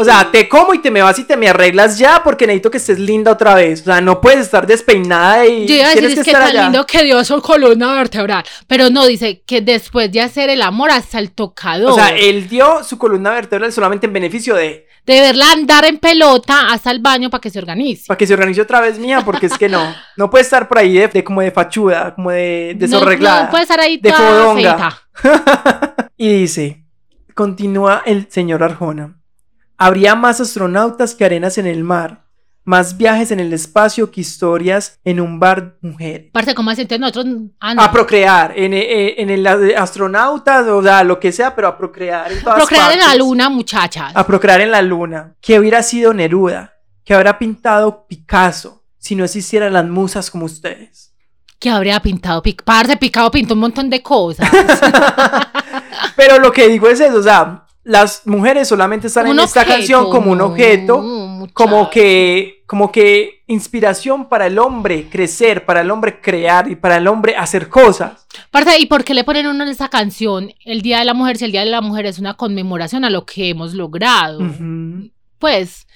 Speaker 1: o sea, te como y te me vas y te me arreglas ya porque necesito que estés linda otra vez. O sea, no puedes estar despeinada y
Speaker 2: Yo iba a
Speaker 1: tienes
Speaker 2: decir, es que tan lindo que dio su columna vertebral. Pero no, dice que después de hacer el amor hasta el tocador,
Speaker 1: O sea, eh, él dio su columna vertebral solamente en beneficio de
Speaker 2: de verla andar en pelota hasta el baño para que se organice.
Speaker 1: para que se organice otra vez mía, porque es que no, no puede estar por ahí de, de como de fachuda, como de
Speaker 2: No- pues.
Speaker 1: desarreglada.
Speaker 2: No, puede estar ahí
Speaker 1: de
Speaker 2: toda
Speaker 1: fodonga.
Speaker 2: feita.
Speaker 1: Y dice, continúa el señor Arjona, habría más astronautas que arenas en el mar, más viajes en el espacio que historias en un bar mujeres.
Speaker 2: Parce, ¿cómo así? Entonces nosotros. Ah, no.
Speaker 1: a procrear en, eh, en el astronauta, o sea, lo que sea, pero a procrear en todas
Speaker 2: Procrear en la
Speaker 1: partes.
Speaker 2: luna, muchachas.
Speaker 1: A procrear en la luna. ¿Qué hubiera sido Neruda? ¿Qué habrá pintado Picasso si no existieran las musas como ustedes?
Speaker 2: Que habría pintado. Pic... Parce, picado pintó un montón de cosas.
Speaker 1: Pero lo que digo es eso, o sea, las mujeres solamente están en
Speaker 2: Un
Speaker 1: esta
Speaker 2: objeto,
Speaker 1: canción como un
Speaker 2: no,
Speaker 1: objeto,
Speaker 2: muchacha.
Speaker 1: como que, como que inspiración para el hombre crecer, para el hombre crear y para el hombre hacer cosas.
Speaker 2: Parce, ¿y por qué le ponen uno en esa canción el Día de la Mujer si el Día de la Mujer es una conmemoración a lo que hemos logrado?
Speaker 1: Ujú.
Speaker 2: Pues.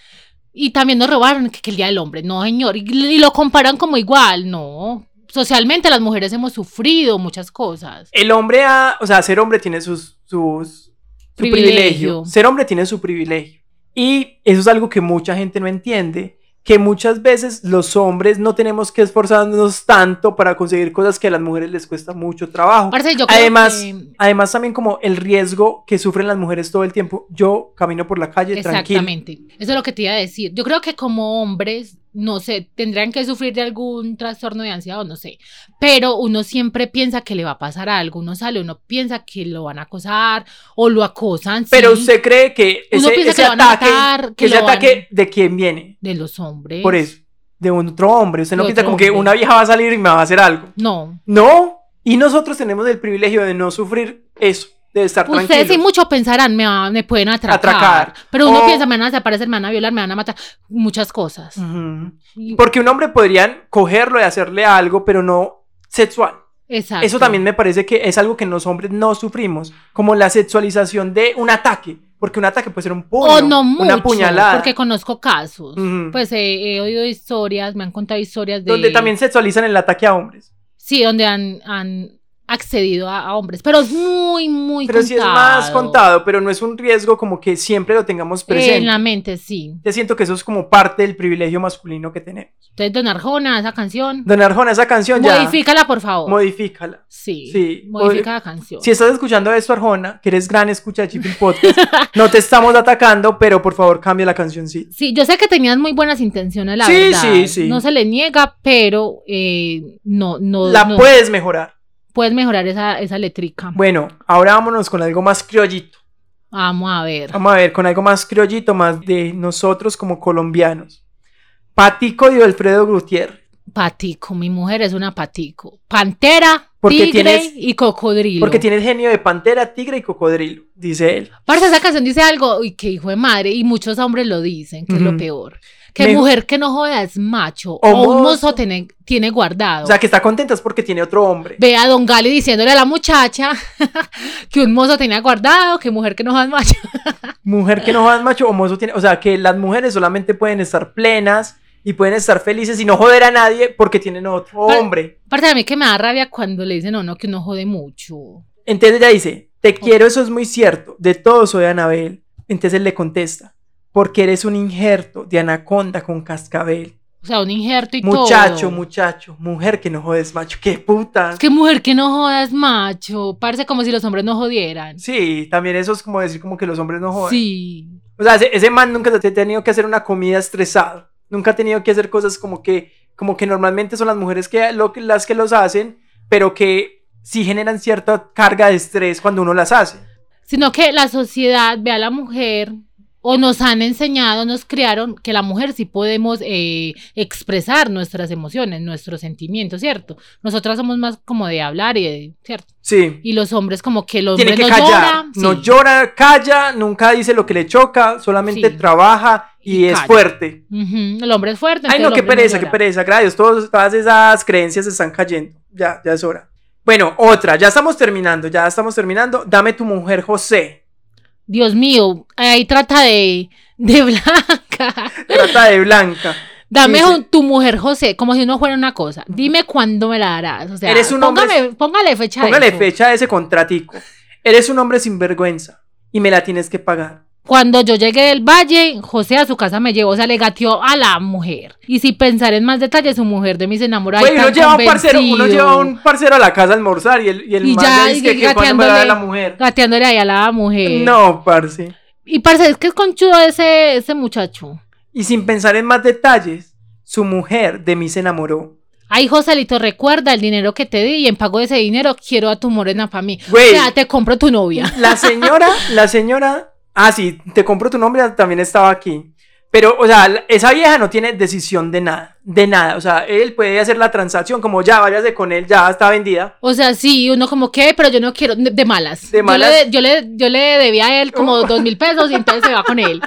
Speaker 2: Y también nos robaron que, que el Día del Hombre. No, señor. Y, y lo comparan como igual. No. Socialmente las mujeres hemos sufrido muchas cosas.
Speaker 1: el hombre ha, o sea, ser hombre tiene sus, sus su privilegio.
Speaker 2: Privilegio.
Speaker 1: Ser hombre tiene su privilegio. Y eso es algo que mucha gente no entiende, que muchas veces los hombres no tenemos que esforzarnos tanto para conseguir cosas que a las mujeres les cuesta mucho trabajo.
Speaker 2: Parce, yo creo
Speaker 1: Además,
Speaker 2: que-
Speaker 1: Además también como el riesgo que sufren las mujeres todo el tiempo. Yo camino por la calle tranquilo.
Speaker 2: Exactamente. Eso es lo que te iba a decir. Yo creo que como hombres, no sé, tendrían que sufrir de algún trastorno de ansiedad o no sé. Pero uno siempre piensa que le va a pasar algo. Uno sale, uno piensa que lo van a acosar o lo acosan.
Speaker 1: Pero
Speaker 2: sí,
Speaker 1: usted cree que
Speaker 2: Uno
Speaker 1: ese,
Speaker 2: piensa
Speaker 1: ese
Speaker 2: que lo van a
Speaker 1: ataque,
Speaker 2: matar, que
Speaker 1: ese
Speaker 2: lo van-
Speaker 1: ataque de quién viene?
Speaker 2: de los hombres.
Speaker 1: Por eso, de un otro hombre. Usted no
Speaker 2: De
Speaker 1: piensa
Speaker 2: otro
Speaker 1: como que
Speaker 2: hombre.
Speaker 1: una vieja va a salir y me va a hacer algo.
Speaker 2: No.
Speaker 1: No, y nosotros tenemos el privilegio de no sufrir eso, de estar
Speaker 2: Ustedes sí
Speaker 1: tranquilos.
Speaker 2: mucho pensarán, me, van- me pueden atracar.
Speaker 1: Atracar.
Speaker 2: Pero uno
Speaker 1: O-
Speaker 2: piensa, me van a desaparecer, me van a violar, me van a matar. Muchas cosas.
Speaker 1: Mm. Ujú.
Speaker 2: Y-
Speaker 1: Porque un hombre podrían cogerlo y hacerle algo, pero no sexual.
Speaker 2: Exacto.
Speaker 1: Eso también me parece que es algo que los hombres no sufrimos, como la sexualización de un ataque, porque un ataque puede ser un puño,
Speaker 2: o no mucho,
Speaker 1: una puñalada.
Speaker 2: porque conozco casos.
Speaker 1: Ujú.
Speaker 2: Pues eh, he oído historias, me han contado historias de...
Speaker 1: Donde también sexualizan el ataque a hombres.
Speaker 2: Sí, donde han, han accedido a, a hombres, pero es muy, muy
Speaker 1: Pero
Speaker 2: contado.
Speaker 1: sí es más contado, pero no es un riesgo como que siempre lo tengamos
Speaker 2: Eh, en
Speaker 1: presente.
Speaker 2: la mente, sí.
Speaker 1: Yo siento que eso es como parte del privilegio masculino que tenemos.
Speaker 2: Entonces, Don Arjona, esa canción,
Speaker 1: Don Arjona, esa canción ya.
Speaker 2: modifícala, por favor.
Speaker 1: Modifícala.
Speaker 2: sí,
Speaker 1: sí,
Speaker 2: modifica la canción.
Speaker 1: Si estás escuchando esto, Arjona, que eres gran escucha de Chipil Podcast, no te estamos atacando, pero por favor cambia la cancioncita.
Speaker 2: Sí, yo sé que tenías muy buenas intenciones, la
Speaker 1: Sí,
Speaker 2: verdad.
Speaker 1: sí, sí.
Speaker 2: No se le niega, pero eh, no, no,
Speaker 1: La
Speaker 2: no.
Speaker 1: puedes mejorar.
Speaker 2: puedes mejorar esa, esa letrica.
Speaker 1: Bueno, ahora vámonos con algo más criollito.
Speaker 2: Vamos a ver.
Speaker 1: Vamos a ver, con algo más criollito, más de nosotros como colombianos. Patico y Alfredo Gutiérrez.
Speaker 2: Patico, mi mujer es una patico. Pantera,
Speaker 1: Porque
Speaker 2: tigre
Speaker 1: tienes-
Speaker 2: y cocodrilo.
Speaker 1: Porque tiene el genio de pantera, tigre y cocodrilo, dice él.
Speaker 2: Parce, esa canción dice algo, y que hijo de madre, y muchos hombres lo dicen, que es lo
Speaker 1: Ujú.
Speaker 2: peor. Que
Speaker 1: Me-
Speaker 2: mujer que no joda es macho,
Speaker 1: O
Speaker 2: o
Speaker 1: mozo.
Speaker 2: un mozo tiene, tiene guardado.
Speaker 1: O sea, que está contenta es porque tiene otro hombre.
Speaker 2: Ve a Don Gali diciéndole a la muchacha que un mozo tenía guardado, que mujer que no joda es macho.
Speaker 1: Mujer que no jodas macho o mozo tiene. O sea, que las mujeres solamente pueden estar plenas y pueden estar felices y no joder a nadie porque tienen otro
Speaker 2: Vale.
Speaker 1: hombre.
Speaker 2: Aparte a mí que me da rabia cuando le dicen a uno que uno jode mucho.
Speaker 1: Entonces ella dice: Te quiero, eso es muy cierto. De todo soy Anabel. Entonces él le contesta: Porque eres un injerto de anaconda con cascabel.
Speaker 2: O sea, un injerto y
Speaker 1: Muchacho,
Speaker 2: todo.
Speaker 1: muchacho, mujer que no jodes macho. ¡Qué puta!
Speaker 2: Es que mujer que no joda es macho. Parece como si los hombres no jodieran.
Speaker 1: Sí, también eso es como decir como que los hombres no joden.
Speaker 2: Sí.
Speaker 1: O sea, ese, ese man nunca se ha tenido que hacer una comida estresado. Nunca ha tenido que hacer cosas como que, como que normalmente son las mujeres que lo- las que los hacen, pero que sí generan cierta carga de estrés cuando uno las hace.
Speaker 2: Sino que la sociedad ve a la mujer o nos han enseñado, nos criaron que la mujer sí podemos eh, expresar nuestras emociones, nuestros sentimientos, ¿cierto? Nosotras somos más como de hablar y de, ¿cierto?
Speaker 1: Sí.
Speaker 2: Y los hombres como que los
Speaker 1: Tiene
Speaker 2: hombres
Speaker 1: que
Speaker 2: no
Speaker 1: callar.
Speaker 2: lloran,
Speaker 1: No
Speaker 2: sí.
Speaker 1: llora, calla, nunca dice lo que le choca, solamente
Speaker 2: Sí.
Speaker 1: trabaja y,
Speaker 2: Y
Speaker 1: es
Speaker 2: calla.
Speaker 1: fuerte.
Speaker 2: Ujú, El hombre es fuerte.
Speaker 1: Ay,
Speaker 2: entonces
Speaker 1: no,
Speaker 2: el
Speaker 1: qué
Speaker 2: hombre
Speaker 1: pereza, qué
Speaker 2: llora.
Speaker 1: pereza. Gracias, todos- todas esas creencias están cayendo. Ya, ya es hora. Bueno, otra, ya estamos terminando, ya estamos terminando. Dame tu mujer, José.
Speaker 2: Dios mío, ahí trata de, de blanca.
Speaker 1: Trata de Blanca.
Speaker 2: Dame
Speaker 1: Dice-
Speaker 2: un- tu mujer, José, como si no fuera una cosa. Dime cuándo me la darás. O sea,
Speaker 1: Eres un hombre-
Speaker 2: póngame- póngale fecha. a
Speaker 1: Póngale
Speaker 2: eso.
Speaker 1: fecha a ese contratico. Eres un hombre sin vergüenza y me la tienes que pagar.
Speaker 2: Cuando yo llegué del valle, José a su casa me llevó, o sea, le gateó a la mujer. Y si pensar en más detalle, su mujer de mis enamorados.
Speaker 1: Güey, uno
Speaker 2: tan
Speaker 1: lleva, un parcero, uno
Speaker 2: convencido,
Speaker 1: lleva un parcero a la casa a almorzar y el, y el
Speaker 2: Y
Speaker 1: man
Speaker 2: ya,
Speaker 1: le dice
Speaker 2: y
Speaker 1: que cuando me la da
Speaker 2: gateándole.
Speaker 1: la mujer.
Speaker 2: Gateándole ahí a la mujer.
Speaker 1: No, parce.
Speaker 2: Y parce, es que es conchudo ese, ese muchacho.
Speaker 1: Y sin pensar en más detalles, su mujer de mí se enamoró.
Speaker 2: Ay, Joselito, recuerda el dinero que te di y en pago de ese dinero quiero a tu morena para mí.
Speaker 1: Güey.
Speaker 2: O sea, te compro tu novia.
Speaker 1: La señora, la señora. Ah, sí, te compro tu nombre, también estaba aquí. Pero, o sea, la- esa vieja no tiene decisión de nada, de nada. O sea, él puede hacer la transacción como ya, váyase con él, ya está vendida.
Speaker 2: O sea, sí, uno como que, pero yo no quiero, de de malas.
Speaker 1: De malas. Oh.
Speaker 2: Yo le, yo le, yo le debía a él como dos mil pesos y entonces se va con él.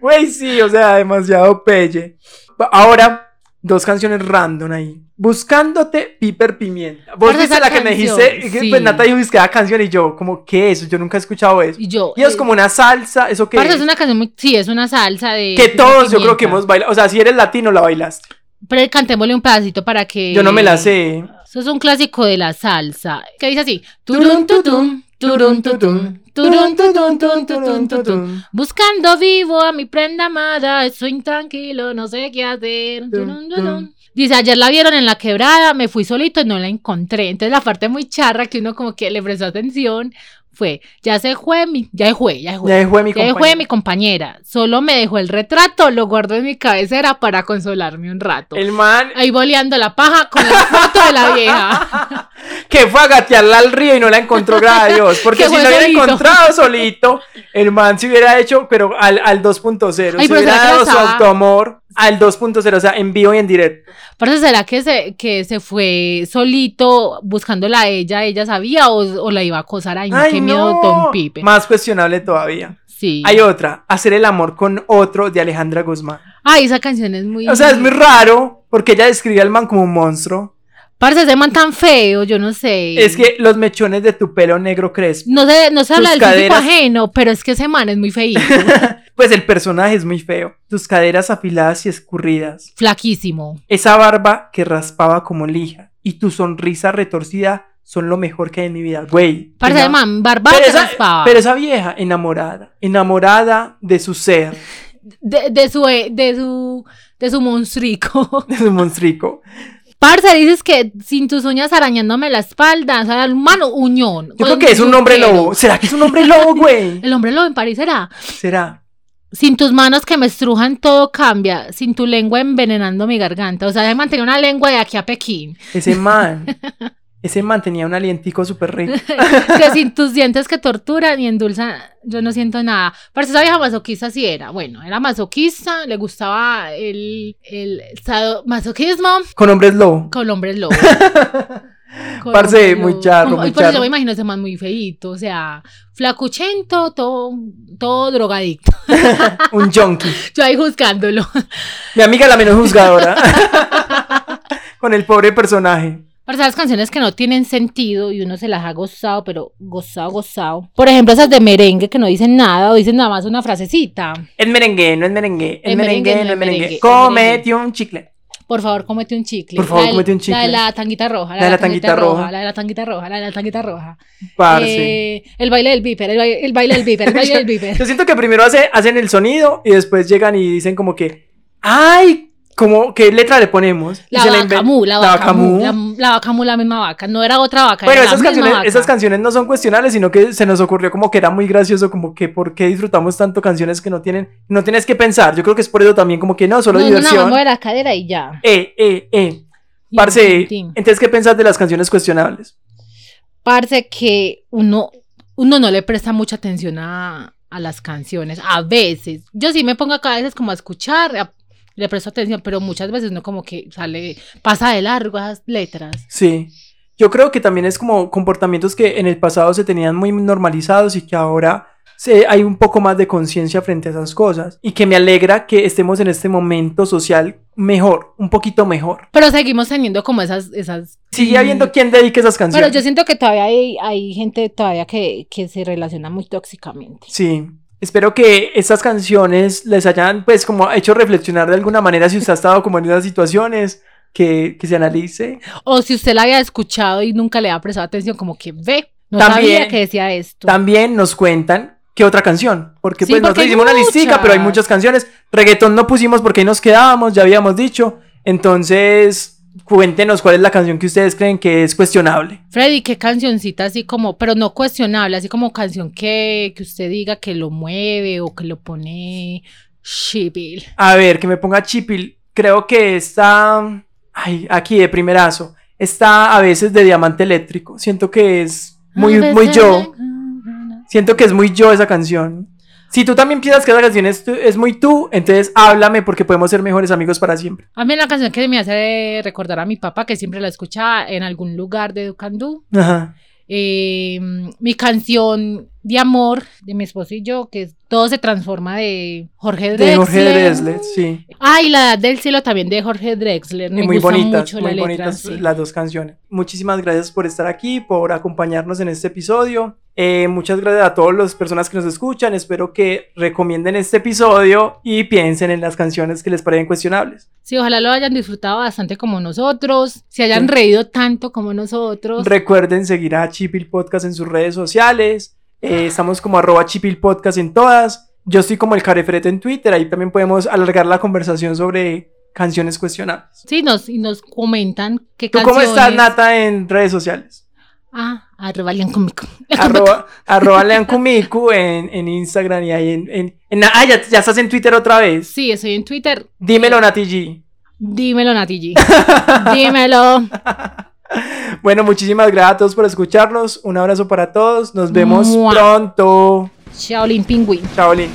Speaker 1: Güey, sí, o sea, demasiado pelle. Va- Ahora, dos canciones random ahí. Buscándote, Piper Pimienta. Vos
Speaker 2: Parce,
Speaker 1: viste
Speaker 2: esa
Speaker 1: la que me
Speaker 2: canción,
Speaker 1: dijiste, que,
Speaker 2: sí.
Speaker 1: pues Nata dijo "Es que la canción y yo, como, ¿qué es eso? Yo nunca he escuchado eso.
Speaker 2: Y yo.
Speaker 1: Y es
Speaker 2: eh,
Speaker 1: como una salsa, ¿eso qué
Speaker 2: Parce,
Speaker 1: es?
Speaker 2: es una canción muy, sí, es una salsa de.
Speaker 1: Que todos yo creo que
Speaker 2: pimienta.
Speaker 1: hemos bailado, o sea, si eres latino la bailaste.
Speaker 2: Pero cantémosle un pedacito para que.
Speaker 1: Yo no me la sé.
Speaker 2: Eso es un clásico de la salsa. Que dice así:
Speaker 1: Turun,
Speaker 2: Turun
Speaker 1: tutum,
Speaker 2: tutum, turun tutum, turun tutum, tum, turun tutum. Buscando vivo a mi prenda amada, estoy intranquilo, no sé qué hacer. Turun, turun. Dice, ayer la vieron en la quebrada, me fui solito y no la encontré. Entonces la parte muy charra que uno como que le prestó atención fue, ya se fue mi, ya se fue, ya se fue.
Speaker 1: Ya dejó de mi
Speaker 2: Ya dejó
Speaker 1: compañero.
Speaker 2: de mi compañera, solo me dejó el retrato, lo guardo en mi cabecera para consolarme un rato.
Speaker 1: El man
Speaker 2: Ahí boleando la paja con la foto de la vieja.
Speaker 1: que fue a gatearla al río y no la encontró, gracias a Dios. Porque
Speaker 2: Que
Speaker 1: si
Speaker 2: fue
Speaker 1: lo hubiera
Speaker 2: solito.
Speaker 1: encontrado solito, el man se hubiera hecho, pero al, al 2.0. Se
Speaker 2: Ay, pero
Speaker 1: hubiera
Speaker 2: ¿será que
Speaker 1: dado su
Speaker 2: la estaba-
Speaker 1: autoamor al 2.0, o sea, en vivo y en directo.
Speaker 2: Por eso será que se, que se fue solito buscándola a ella, ella sabía o, o la iba a acosar. Ay, no,
Speaker 1: Ay,
Speaker 2: qué
Speaker 1: no.
Speaker 2: miedo, Don Pipe.
Speaker 1: Más cuestionable todavía.
Speaker 2: Sí.
Speaker 1: Hay otra, hacer el amor con otro de Alejandra Guzmán.
Speaker 2: Ay, esa canción es muy.
Speaker 1: O sea, es muy raro porque ella describe al man como un monstruo.
Speaker 2: Parce, ese man tan feo, yo no sé.
Speaker 1: Es que los mechones de tu pelo negro crespo.
Speaker 2: No se, no se habla
Speaker 1: Tus
Speaker 2: del físico
Speaker 1: caderas.
Speaker 2: ajeno, pero es que ese man es muy feíto,
Speaker 1: Pues el personaje es muy feo. Tus caderas afiladas y escurridas.
Speaker 2: flaquísimo.
Speaker 1: Esa barba que raspaba como lija y tu sonrisa retorcida son lo mejor que hay en mi vida, güey.
Speaker 2: Parce,
Speaker 1: Esa-
Speaker 2: ah. ese man, barbado
Speaker 1: pero,
Speaker 2: que
Speaker 1: esa,
Speaker 2: raspaba.
Speaker 1: pero esa vieja enamorada, enamorada de su ser,
Speaker 2: De, de su, eh, de su, de su monstrico.
Speaker 1: de su monstrico.
Speaker 2: Parce, dices que sin tus uñas arañándome la espalda, o sea, el man uñón.
Speaker 1: Yo creo que es un hombre lobo. ¿Será que es un hombre lobo, güey?
Speaker 2: El hombre lobo en París será.
Speaker 1: ¿Será?
Speaker 2: Sin tus manos que me estrujan, todo cambia. Sin tu lengua envenenando mi garganta. O sea, de mantener una lengua de aquí a Pekín.
Speaker 1: Ese man Ese man tenía un alientico súper rico.
Speaker 2: que sin tus dientes que torturan y endulzan, yo no siento nada. Parece esa vieja masoquista sí era. Bueno, era masoquista, le gustaba el, el sado- masoquismo
Speaker 1: Con hombres lobo.
Speaker 2: con hombres lobos. Con
Speaker 1: Parce,
Speaker 2: hombres
Speaker 1: muy
Speaker 2: lobos.
Speaker 1: charro,
Speaker 2: Como-
Speaker 1: muy
Speaker 2: y por eso
Speaker 1: charro.
Speaker 2: me imagino ese man muy feíto, o sea, flacuchento, todo, todo drogadicto.
Speaker 1: Un junkie.
Speaker 2: Yo ahí juzgándolo.
Speaker 1: Mi amiga la menos juzgadora. Con el pobre personaje.
Speaker 2: Para esas canciones que no tienen sentido y uno se las ha gozado, pero gozado, gozado. Por ejemplo, esas de merengue que no dicen nada o dicen nada más una frasecita.
Speaker 1: El merengue, no el merengue. El,
Speaker 2: El
Speaker 1: merengue,
Speaker 2: merengue,
Speaker 1: no el merengue.
Speaker 2: merengue,
Speaker 1: Comete un chicle.
Speaker 2: Por favor, cómete un chicle.
Speaker 1: Por favor,
Speaker 2: La del-
Speaker 1: cómete un chicle.
Speaker 2: La de la tanguita roja.
Speaker 1: La de la tanguita roja.
Speaker 2: La de la tanguita roja, la de la tanguita roja.
Speaker 1: Parce.
Speaker 2: Eh, el baile del viper, el baile, el baile del viper, el baile del viper.
Speaker 1: Yo siento que primero hace- hacen el sonido y después llegan y dicen como que, ay, como, ¿qué letra le ponemos? Y
Speaker 2: La
Speaker 1: se la inven-
Speaker 2: bacamú, la bacamú.
Speaker 1: Bacamú.
Speaker 2: La, la bacamú, la misma vaca. No era otra vaca.
Speaker 1: Bueno,
Speaker 2: era la
Speaker 1: esas
Speaker 2: misma
Speaker 1: canciones,
Speaker 2: vaca.
Speaker 1: esas canciones no son cuestionables, sino que se nos ocurrió como que era muy gracioso, como que por qué disfrutamos tanto canciones que no tienen, no tienes que pensar. Yo creo que es por eso también como que no, solo
Speaker 2: No, no, nada más
Speaker 1: diversión.
Speaker 2: mueve la cadera y ya.
Speaker 1: eh, eh, eh. Parce, entonces, ¿qué pensás de las canciones cuestionables?
Speaker 2: Parce que uno, uno no le presta mucha atención a, a las canciones. A veces. Yo sí me pongo acá a veces como a escuchar, a- le presto atención, pero muchas veces uno como que sale, pasa de largo esas letras.
Speaker 1: Sí. Yo creo que también es como comportamientos que en el pasado se tenían muy normalizados y que ahora se, hay un poco más de conciencia frente a esas cosas. Y que me alegra que estemos en este momento social mejor, un poquito mejor.
Speaker 2: Pero seguimos teniendo como esas, esas.
Speaker 1: Sigue habiendo quien dedique esas
Speaker 2: Pero
Speaker 1: canciones.
Speaker 2: yo siento que todavía hay, hay gente todavía que, que se relaciona muy tóxicamente.
Speaker 1: Sí. Espero que estas canciones les hayan, pues, como hecho reflexionar de alguna manera si usted ha estado como en esas situaciones, que, que se analice.
Speaker 2: O si usted la había escuchado y nunca le ha prestado atención, como que ve, no
Speaker 1: También.
Speaker 2: sabía que decía esto.
Speaker 1: También nos cuentan qué otra canción, porque
Speaker 2: Sí,
Speaker 1: pues
Speaker 2: porque
Speaker 1: nosotros
Speaker 2: hay
Speaker 1: hicimos una listica, pero hay
Speaker 2: muchas.
Speaker 1: muchas canciones. Reggaetón no pusimos porque ahí nos quedábamos, ya habíamos dicho. Entonces, cuéntenos cuál es la canción que ustedes creen que es cuestionable.
Speaker 2: Freddy, qué cancioncita así como, pero no cuestionable, así como canción que, que usted diga que lo mueve o que lo pone chibil.
Speaker 1: A ver, que me ponga Chipil. Creo que está. Ay, aquí de primerazo. Está a veces de diamante eléctrico. Siento que es muy, muy yo. Siento que es muy yo esa canción. Si tú también piensas que esa canción es, tu- es muy tú, entonces háblame porque podemos ser mejores amigos para siempre.
Speaker 2: A mí la canción que me hace recordar a mi papá, que siempre la escuchaba en algún lugar de Ducandú.
Speaker 1: Ajá.
Speaker 2: Eh, mi canción de amor de mi esposo y yo, que es Todo se transforma de Jorge Drexler.
Speaker 1: De Jorge Dresler, sí.
Speaker 2: Ay, La Edad del Cielo también de Jorge Drexler. Me
Speaker 1: Y muy
Speaker 2: gusta
Speaker 1: bonitas,
Speaker 2: mucho la
Speaker 1: muy
Speaker 2: letra,
Speaker 1: bonitas
Speaker 2: sí.
Speaker 1: las dos canciones. Muchísimas gracias por estar aquí, por acompañarnos en este episodio. Eh, muchas gracias a todas las personas que nos escuchan. Espero que recomienden este episodio y piensen en las canciones que les parecen cuestionables.
Speaker 2: Sí, ojalá lo hayan disfrutado bastante como nosotros, se hayan
Speaker 1: Sí.
Speaker 2: reído tanto como nosotros.
Speaker 1: Recuerden seguir a Chipil Podcast en sus redes sociales. Eh, estamos como arroba Chipil Podcast en todas. Yo estoy como el carefrete en Twitter. Ahí también podemos alargar la conversación sobre canciones cuestionables.
Speaker 2: sí, nos, y nos comentan qué
Speaker 1: ¿Tú
Speaker 2: canciones.
Speaker 1: cómo estás, Nata, en redes sociales?
Speaker 2: Ah, arroba Lian Cómico.
Speaker 1: arroba, arroba leancumicu en, en Instagram y ahí en... en- en- ah, ya, ya estás en Twitter otra vez.
Speaker 2: Sí, estoy en Twitter.
Speaker 1: Dímelo, Nati G.
Speaker 2: Dímelo, Nati G. Dímelo.
Speaker 1: Bueno, muchísimas gracias a todos por escucharnos. Un abrazo para todos. Nos vemos
Speaker 2: Mua.
Speaker 1: pronto.
Speaker 2: Shaolin Pingüín.
Speaker 1: Chao, Lin.